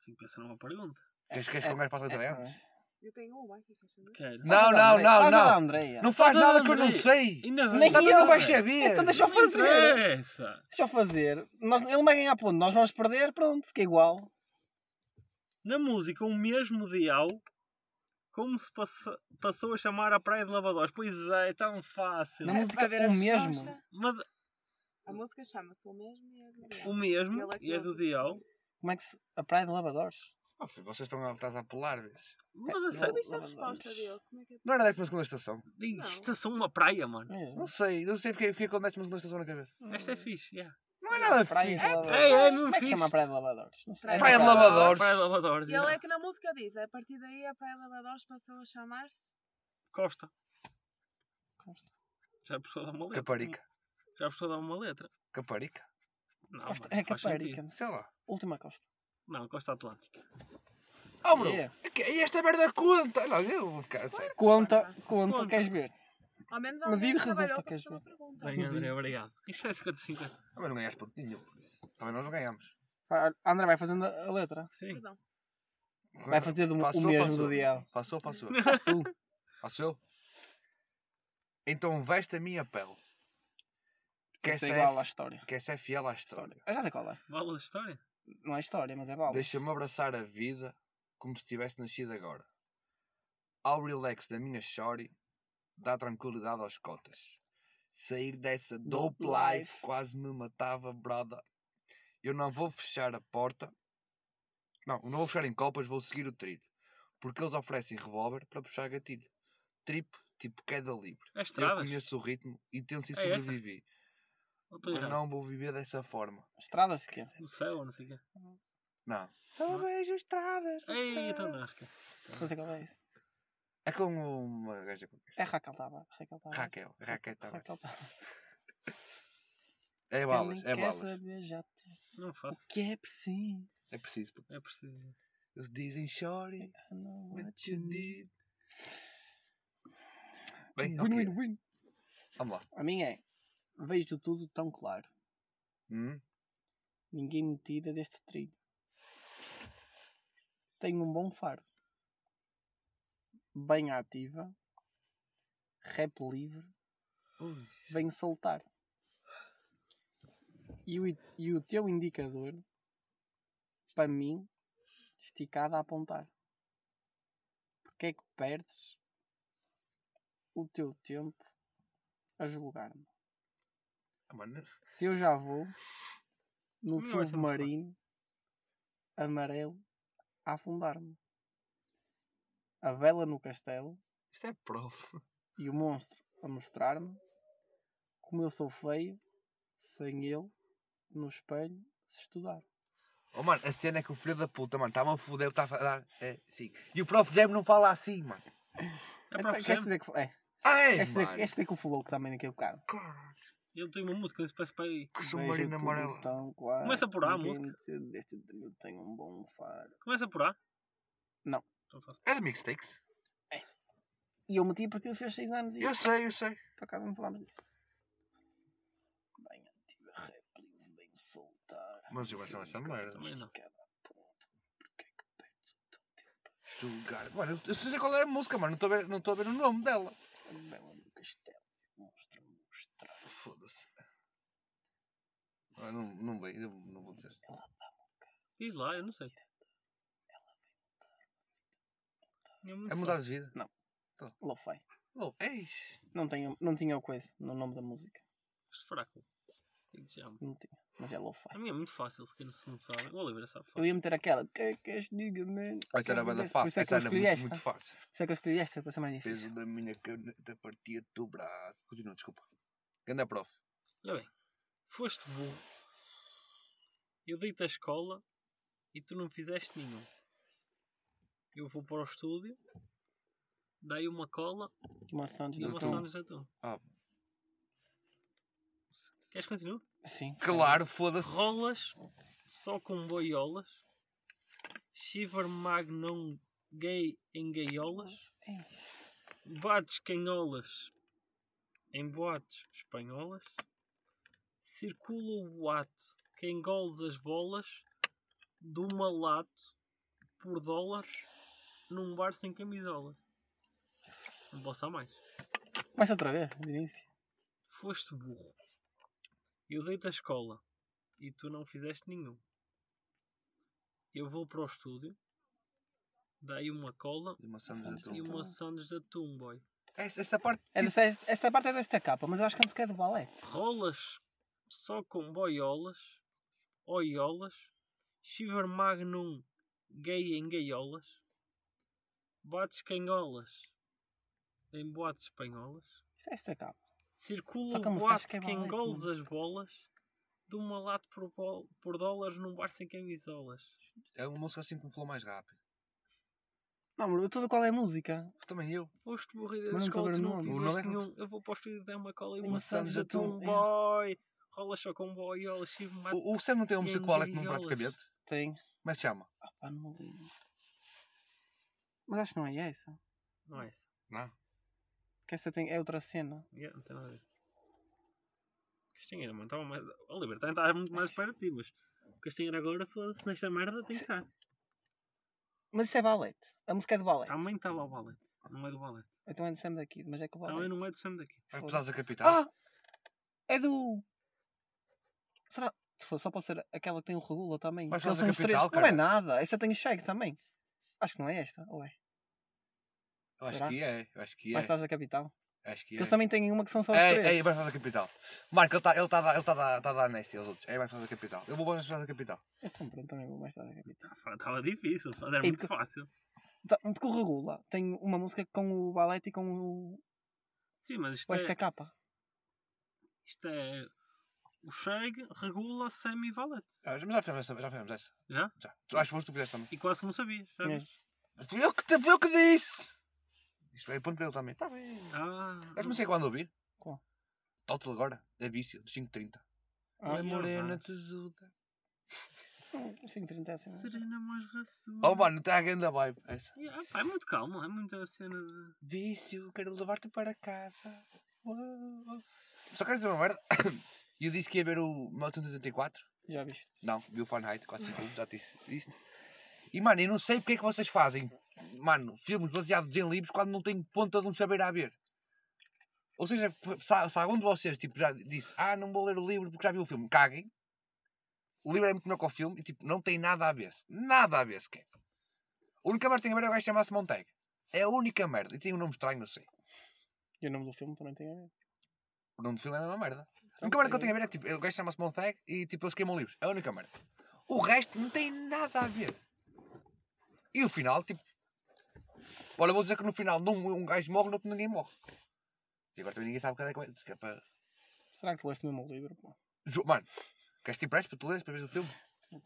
Speaker 4: Tenho que pensar numa pergunta.
Speaker 2: Queres, queres que eu gajo faça a
Speaker 3: É,
Speaker 2: ideia
Speaker 3: não é?
Speaker 2: antes?
Speaker 5: Eu tenho uma aqui, queres saber?
Speaker 4: Quero.
Speaker 2: Não,
Speaker 3: Faz a da
Speaker 2: não,
Speaker 3: Andreia.
Speaker 2: não,
Speaker 3: Faz a da
Speaker 2: não.
Speaker 3: Andreia.
Speaker 2: Não faz
Speaker 4: Faz a da
Speaker 2: nada que eu não
Speaker 4: Andreia.
Speaker 2: sei.
Speaker 4: Ainda
Speaker 3: é. Nem
Speaker 2: Também
Speaker 3: eu,
Speaker 2: não vais
Speaker 4: é.
Speaker 3: velho.
Speaker 2: saber.
Speaker 3: Então deixa eu fazer.
Speaker 4: Essa.
Speaker 3: Deixa eu fazer. Nós, ele vai ganhar ponto. Nós vamos perder. Pronto, fica igual.
Speaker 4: Na música, o mesmo dial, como se passa- passou a chamar a Praia de Lavadores. Pois é, é tão fácil.
Speaker 3: Na
Speaker 5: É, Vai
Speaker 3: música
Speaker 5: ver a
Speaker 3: o mesmo.
Speaker 5: resposta.
Speaker 4: Mas
Speaker 5: A música chama-se o mesmo e é do
Speaker 4: o
Speaker 5: Diabo.
Speaker 4: mesmo,
Speaker 5: Ele é que
Speaker 4: e é
Speaker 5: não
Speaker 4: do
Speaker 5: disse.
Speaker 4: dial.
Speaker 3: Como é que se... A Praia de Lavadores?
Speaker 2: Ah, filho, vocês estão a, estás a apelar, vês?
Speaker 4: Mas a
Speaker 5: Tu
Speaker 4: sério,
Speaker 5: viste a
Speaker 3: Lavadores.
Speaker 5: resposta dele? Como é que é?
Speaker 2: Não era 12 segunda estação?
Speaker 4: Ih,
Speaker 5: Não.
Speaker 4: isto é só uma praia, mano.
Speaker 3: É.
Speaker 2: Não sei, não sei, fiquei, fiquei com 12 segunda estação na cabeça.
Speaker 3: Hum.
Speaker 4: Esta é fixe, yeah.
Speaker 2: Não é nada
Speaker 3: Praia de
Speaker 2: fixe.
Speaker 3: Lavadores.
Speaker 4: É, é, mesmo
Speaker 3: Como é que se
Speaker 4: fixe.
Speaker 3: chama a Praia de Lavadores? Não
Speaker 5: Praia
Speaker 2: Praia de Lavadores.
Speaker 4: Praia de Lavadores,
Speaker 5: E
Speaker 4: yeah.
Speaker 5: ele é que na música diz, a partir daí é a Praia de Lavadores passou a chamar-se.
Speaker 4: Costa.
Speaker 3: Costa.
Speaker 4: Já precisou dar uma letra.
Speaker 2: Caparica.
Speaker 4: Já precisou dar uma letra.
Speaker 2: Caparica?
Speaker 4: Não,
Speaker 3: Costa.
Speaker 4: mano,
Speaker 3: É
Speaker 4: não faz
Speaker 3: Caparica.
Speaker 4: sentido.
Speaker 2: Sei lá.
Speaker 3: Última Costa.
Speaker 4: Não, Costa Atlântica.
Speaker 2: Oh, bro.
Speaker 3: É.
Speaker 2: que- E esta merda conta. Não, eu vou ficar a sério.
Speaker 3: Conta, conta,
Speaker 4: Conta.
Speaker 3: queres ver?
Speaker 5: Ao menos
Speaker 3: Medida
Speaker 5: alguém
Speaker 3: resulta,
Speaker 5: trabalhou com
Speaker 3: queres
Speaker 5: aquela
Speaker 3: ver?
Speaker 5: pergunta.
Speaker 4: Bem, André, obrigado. Isto é 50-50.
Speaker 2: Também não ganhaste ponto nenhum, por isso. Também nós não ganhamos.
Speaker 3: Vai, André vai fazendo a a letra.
Speaker 4: Sim.
Speaker 5: Perdão.
Speaker 3: Vai fazer do-
Speaker 2: Passou,
Speaker 3: o mesmo
Speaker 2: passou.
Speaker 3: do diabo.
Speaker 2: Passou, passou.
Speaker 3: Faz tu.
Speaker 2: Faço eu? Então veste a minha pele. Que
Speaker 3: Isso
Speaker 2: essa,
Speaker 3: é
Speaker 2: é,
Speaker 3: igual à
Speaker 2: fi-
Speaker 3: história.
Speaker 2: que essa é fiel à história.
Speaker 3: história. Eu já sei qual é.
Speaker 4: Bola de história?
Speaker 3: Não é história, mas é bala.
Speaker 2: Deixa-me abraçar a vida como se tivesse nascido agora. Ao relax da minha shorty, dá tranquilidade aos cotas. Sair dessa dope
Speaker 3: Dope life.
Speaker 2: life quase me matava, brother. eu não vou fechar a porta. Não, não vou fechar em copas, vou seguir o trilho. Porque eles oferecem revólver para puxar gatilho. Trip, tipo queda livre.
Speaker 4: As
Speaker 2: Eu
Speaker 4: estradas?
Speaker 2: conheço o ritmo e tensei
Speaker 4: É essa? Então
Speaker 2: sobrevivi.
Speaker 4: Ou estou
Speaker 2: Eu
Speaker 4: errado?
Speaker 2: não vou viver dessa forma.
Speaker 3: Estradas que
Speaker 4: No céu, ou não sei o quê.
Speaker 2: Não. Só vejo estradas. no
Speaker 4: Ei,
Speaker 2: céu.
Speaker 4: então nasca.
Speaker 3: Não sei qual é isso.
Speaker 2: É com uma gaja qualquer.
Speaker 3: É Raquel Tava. Raquel Tava.
Speaker 2: Raquel. Raquel Tavares.
Speaker 3: Raquel Tava.
Speaker 2: É balas,
Speaker 3: Quem
Speaker 2: é
Speaker 3: quer
Speaker 2: balas.
Speaker 3: saber já tem.
Speaker 4: Não
Speaker 3: O
Speaker 4: faço.
Speaker 3: que é preciso?
Speaker 2: É preciso. puto.
Speaker 4: É preciso.
Speaker 2: Eles dizem shorty,
Speaker 3: I know
Speaker 2: what
Speaker 3: what
Speaker 2: you
Speaker 3: you need.
Speaker 2: need. Bem,
Speaker 3: Win,
Speaker 2: ok.
Speaker 3: win, win.
Speaker 2: Vamos lá.
Speaker 3: A minha é. Vejo tudo tão claro.
Speaker 2: Hum?
Speaker 3: Ninguém me tira deste trilho. Tenho um bom faro. Bem ativa. Rap livre.
Speaker 2: Ui.
Speaker 3: Venho soltar. E o, e o teu indicador, para mim, esticado a apontar. Porque é que perdes o teu tempo a julgar-me?
Speaker 2: Ah, mano,
Speaker 3: Se eu já vou no
Speaker 4: Não é vai ser muito
Speaker 3: submarino amarelo a afundar-me. A vela no castelo
Speaker 2: isto é prof.
Speaker 3: e o monstro a mostrar-me como eu sou feio sem ele no espelho se estudar.
Speaker 2: Oh, mano, a cena é que o filho da puta, mano, está-me a foder, está a falar. É, sim. E o prof Jam não fala assim, mano.
Speaker 4: É
Speaker 3: Então,
Speaker 4: para
Speaker 3: queres
Speaker 4: fechar.
Speaker 3: dizer que, é,
Speaker 2: Ah, é,
Speaker 3: queres dizer,
Speaker 2: mano.
Speaker 3: queres dizer que o Flow que também naquele bocado.
Speaker 2: Claro,
Speaker 4: Ele tem uma música, isso parece para aí.
Speaker 2: que
Speaker 3: Vejo
Speaker 2: submarino
Speaker 3: tudo tá-
Speaker 2: amarelo.
Speaker 3: tão claro,
Speaker 4: Começa por A, a
Speaker 3: ninguém
Speaker 4: música.
Speaker 3: me tira Deste trilho tenho um bom faro.
Speaker 4: Começa por A?
Speaker 3: Não.
Speaker 4: Então faço.
Speaker 2: É de mixtakes?
Speaker 3: E eu meti porque ele fez 6 anos e
Speaker 2: Eu sei, eu sei.
Speaker 3: Por acaso não falámos disso. Bem ativa, réplica, bem soltar.
Speaker 2: Mas eu vou ser essa é merda.
Speaker 4: Também não.
Speaker 3: Porquê que perdes o teu
Speaker 2: Julgar. Mano, eu, eu sei qual é a música, mano. Não estou a ver- Não estou a ver o nome dela.
Speaker 3: tempo? Bela é um do castelo, monstro, mostrar.
Speaker 2: Foda-se. Ah, Não, não vejo, eu não vou dizer.
Speaker 3: Ela dá
Speaker 4: Diz lá, eu não sei. É muito
Speaker 2: É mudar de vida. É
Speaker 3: lo-fi.
Speaker 2: Lou, eis.
Speaker 3: Não, tenho, não tinha o coisa no nome da música.
Speaker 4: fácil. é fraco. Digo já.
Speaker 3: Não tinha, mas é lo-fi.
Speaker 4: A minha é muito fácil, se quem não sabe. O Oliver sabe
Speaker 3: Eu
Speaker 4: fácil.
Speaker 3: ia meter aquela. Que que és, diga-me.
Speaker 2: Essa era bem
Speaker 3: Por isso
Speaker 2: fácil.
Speaker 3: é que eu
Speaker 2: Essa era
Speaker 3: escolhi
Speaker 2: muito,
Speaker 3: esta.
Speaker 2: muito
Speaker 3: Por
Speaker 2: fácil.
Speaker 3: isso é que eu escolhi esta, para ser mais difícil.
Speaker 2: Peso da minha caneta partia do teu braço. Continua, desculpa. Ganda prof.
Speaker 4: Olha bem. Foste burro. Eu dei-te a escola e tu não fizeste nenhum. Eu vou para o estúdio, dei uma cola
Speaker 3: Uma Santos
Speaker 4: e
Speaker 3: do
Speaker 4: uma
Speaker 2: Atum.
Speaker 3: Tom.
Speaker 4: Sonos atum.
Speaker 2: Ah.
Speaker 4: Queres continuar?
Speaker 3: Sim.
Speaker 2: Claro, foda-se.
Speaker 4: Rolas só com boiolas. Shiver Magnum gay em gaiolas.
Speaker 3: Ei,
Speaker 4: Bates canholas em boates espanholas. Circula o boato que engoles as bolas do malato por dólares num bar sem camisola. Não posso há mais.
Speaker 3: Começa outra vez, de início.
Speaker 4: Foste burro. Eu dei-te a escola e tu não fizeste nenhum. Eu vou para o estúdio, dei uma cola
Speaker 2: Uma sandes
Speaker 3: Sandes
Speaker 2: de
Speaker 4: e
Speaker 2: atum.
Speaker 4: uma Sandes da Tumboy.
Speaker 2: Esta, esta parte. tipo,
Speaker 3: É dessa- Esta parte é desta capa, mas eu acho que a música é do ballet.
Speaker 4: Rolas só com boiolas, oiolas, Shiver Magnum gay em gaiolas, bates canholas em boates espanholas,
Speaker 3: Isso é esta capa.
Speaker 4: Circula
Speaker 3: Só
Speaker 4: o
Speaker 3: que a música
Speaker 4: boato
Speaker 3: acho
Speaker 4: que,
Speaker 3: que é balete,
Speaker 4: engoles
Speaker 3: mano.
Speaker 4: as bolas de uma lata por, bol- por dólares num bar sem camisolas.
Speaker 2: É uma música assim que me falou mais rápido.
Speaker 3: Não, amor, eu estou a ver qual é a música.
Speaker 2: Também eu.
Speaker 4: Foste morrida da
Speaker 3: Mas não
Speaker 4: escola, tu
Speaker 3: estou a
Speaker 4: não
Speaker 2: o
Speaker 3: ver
Speaker 2: nome. O nome é
Speaker 4: fizeste
Speaker 2: que não-
Speaker 4: nenhum. Eu vou para o estúdio dar uma cola e
Speaker 3: Uma
Speaker 4: uma
Speaker 3: sandes
Speaker 4: sandes de
Speaker 3: de atum,
Speaker 4: atum,
Speaker 3: é.
Speaker 4: boy. Rola só com um boy, olha, chivo, mate.
Speaker 2: O, o Sam não tem uma
Speaker 4: E
Speaker 2: música com o Alec Moon
Speaker 4: gaiolas.
Speaker 2: praticamente.
Speaker 3: Tem.
Speaker 2: Como é que se chama?
Speaker 3: Ah, pá, não me lembro. Mas acho que não é essa.
Speaker 4: Não é essa.
Speaker 2: Não.
Speaker 3: Que essa tem, é outra cena.
Speaker 4: Yeah, não tem nada a ver. então, Castanheira, mano. Estava mais... Oliver, está- está muito mais para ti, mas... Castanheira agora, foda-se, nesta merda tem que estar.
Speaker 3: Mas isso é ballet. A música é do ballet.
Speaker 4: Também está lá o balete. Não é do balete.
Speaker 3: Então é do Sam daqui, mas é que o ballet.
Speaker 4: Também não é do Sam daqui.
Speaker 2: É
Speaker 3: Foda-se.
Speaker 2: pesados da capital.
Speaker 3: Ah! É do. Será. Foda, Só pode ser aquela que tem o Regula também.
Speaker 2: Mas faz
Speaker 3: Eles
Speaker 2: a
Speaker 3: são os
Speaker 2: capital,
Speaker 3: Não é
Speaker 2: caralho.
Speaker 3: nada. Essa tem o Shake também. Acho que não é esta, ou é?
Speaker 2: eu acho
Speaker 3: será? tá-
Speaker 2: que é, eu acho que é.
Speaker 3: Mais atrás da capital.
Speaker 2: Acho que é.
Speaker 3: Eles também têm uma que são só os três.
Speaker 2: É, é mais fácil da capital. Marco, ele está ele tá, a dar- ele tá, a dar- tá a dar nasty aos outros. É mais fácil da capital. Eu vou para mais fácil da capital.
Speaker 3: Então, pronto, também vou mais tarde à capital.
Speaker 4: Estava tá, difícil, mas era
Speaker 3: E
Speaker 4: muito
Speaker 3: porque-
Speaker 4: fácil.
Speaker 3: Tá, um pouco regula. Tenho uma música com o Balete e com o,
Speaker 4: Sim, mas isto
Speaker 3: o
Speaker 4: é,
Speaker 3: STK.
Speaker 4: isto é. O Cheg regula semi valete.
Speaker 2: Ah, mas já fizemos essa. Já fizemos essa.
Speaker 4: Já?
Speaker 2: Já. Tu, acho que foste tu que fizeste também.
Speaker 4: E quase que não sabia, sabes?
Speaker 2: Fui eu que, te- fui eu que disse! Isto é ponto para ele também. Está bem.
Speaker 4: Ah,
Speaker 2: Mas é não sei quando ouvir.
Speaker 3: Qual?
Speaker 2: Total agora. Da Vício, dos 530.
Speaker 3: Ah,
Speaker 2: é
Speaker 4: meu
Speaker 2: morena,
Speaker 4: Deus.
Speaker 2: tesuda.
Speaker 3: Hum, 5,30 é assim. não é?
Speaker 4: Serena mais raçuda.
Speaker 2: Oh, mano, está a grande vibe. Essa.
Speaker 4: Yeah, pá, é muito calmo, é muita cena de.
Speaker 2: Vício, quero levar-te para casa. Uou. Só quero dizer uma merda. Eu disse que ia ver o 1984.
Speaker 3: Já viste?
Speaker 2: Não, vi o Fahrenheit 451, já disse isto. E, mano, eu não sei porque é que vocês fazem, mano, filmes baseados em livros quando não tem ponta de um saber a ver. Ou seja, p- se há- se algum de vocês tipo, já disse, ah, não vou ler o livro porque já vi o filme, caguem. O livro é muito melhor que o filme e tipo, não tem nada a ver. Nada a ver sequer. A única merda que tem a ver é o gajo chamar-se Montag. É a única merda. E tem um nome estranho, não sei.
Speaker 3: E o nome do filme também tem a ver.
Speaker 2: O nome do filme é uma merda. A única
Speaker 3: Então,
Speaker 2: merda que eu
Speaker 3: tem
Speaker 2: tenho a ver é que tipo, o gajo chama-se Montag e tipo, eles queimam livros. É a única merda. O resto não tem nada a ver. E o final, tipo. Olha, vou dizer que no final num, um gajo morre, no outro ninguém morre. E agora também ninguém sabe cada é que vai. se quer para-
Speaker 3: Será que leste mesmo o livro? pô?
Speaker 2: Ju- Mano, queres te empresto para tu leres para ver o filme?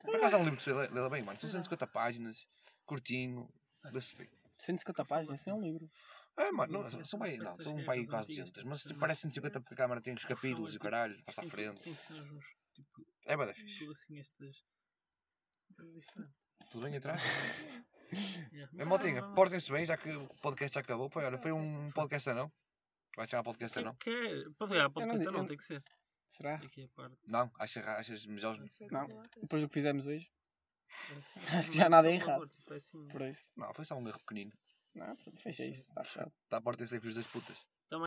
Speaker 2: Por acaso é um livro que se lê, lê bem, mano. São 150 páginas, curtinho, lê-se bem.
Speaker 3: 150 páginas, isso é um livro.
Speaker 2: É, mano, não, são bem, não, são um pai quase 200, mas tipo, parece 150 porque a câmara tem os capítulos e o caralho, passa à frente.
Speaker 4: Tem cenas uns, tipo,
Speaker 2: É, bada fixe.
Speaker 4: tudo assim estas. É
Speaker 2: Tudo bem atrás? Bem,
Speaker 4: Ah.
Speaker 2: Maltinha, portem-se bem, já que o podcast já acabou. Foi, olha, foi um podcast não? Vai chamar podcast não?
Speaker 4: Que é, pode ligar, pode
Speaker 3: Eu não
Speaker 4: pensar,
Speaker 3: digo-
Speaker 4: não,
Speaker 3: eu-
Speaker 4: tem que ser.
Speaker 3: Será?
Speaker 4: Aqui é a parte.
Speaker 2: Não? Achas, achas melhor?
Speaker 5: Não se é fez
Speaker 3: Não.
Speaker 5: o piloto.
Speaker 3: Depois do que fizemos hoje, Acho que
Speaker 4: Mas
Speaker 3: já nada é
Speaker 4: por favor,
Speaker 3: errado.
Speaker 4: tipo, é assim,
Speaker 3: por isso.
Speaker 2: Não, foi só um erro pequenino.
Speaker 3: Não, pronto, fecha isso, tá está fechado.
Speaker 2: Está a portem-se bem, filhos das putas.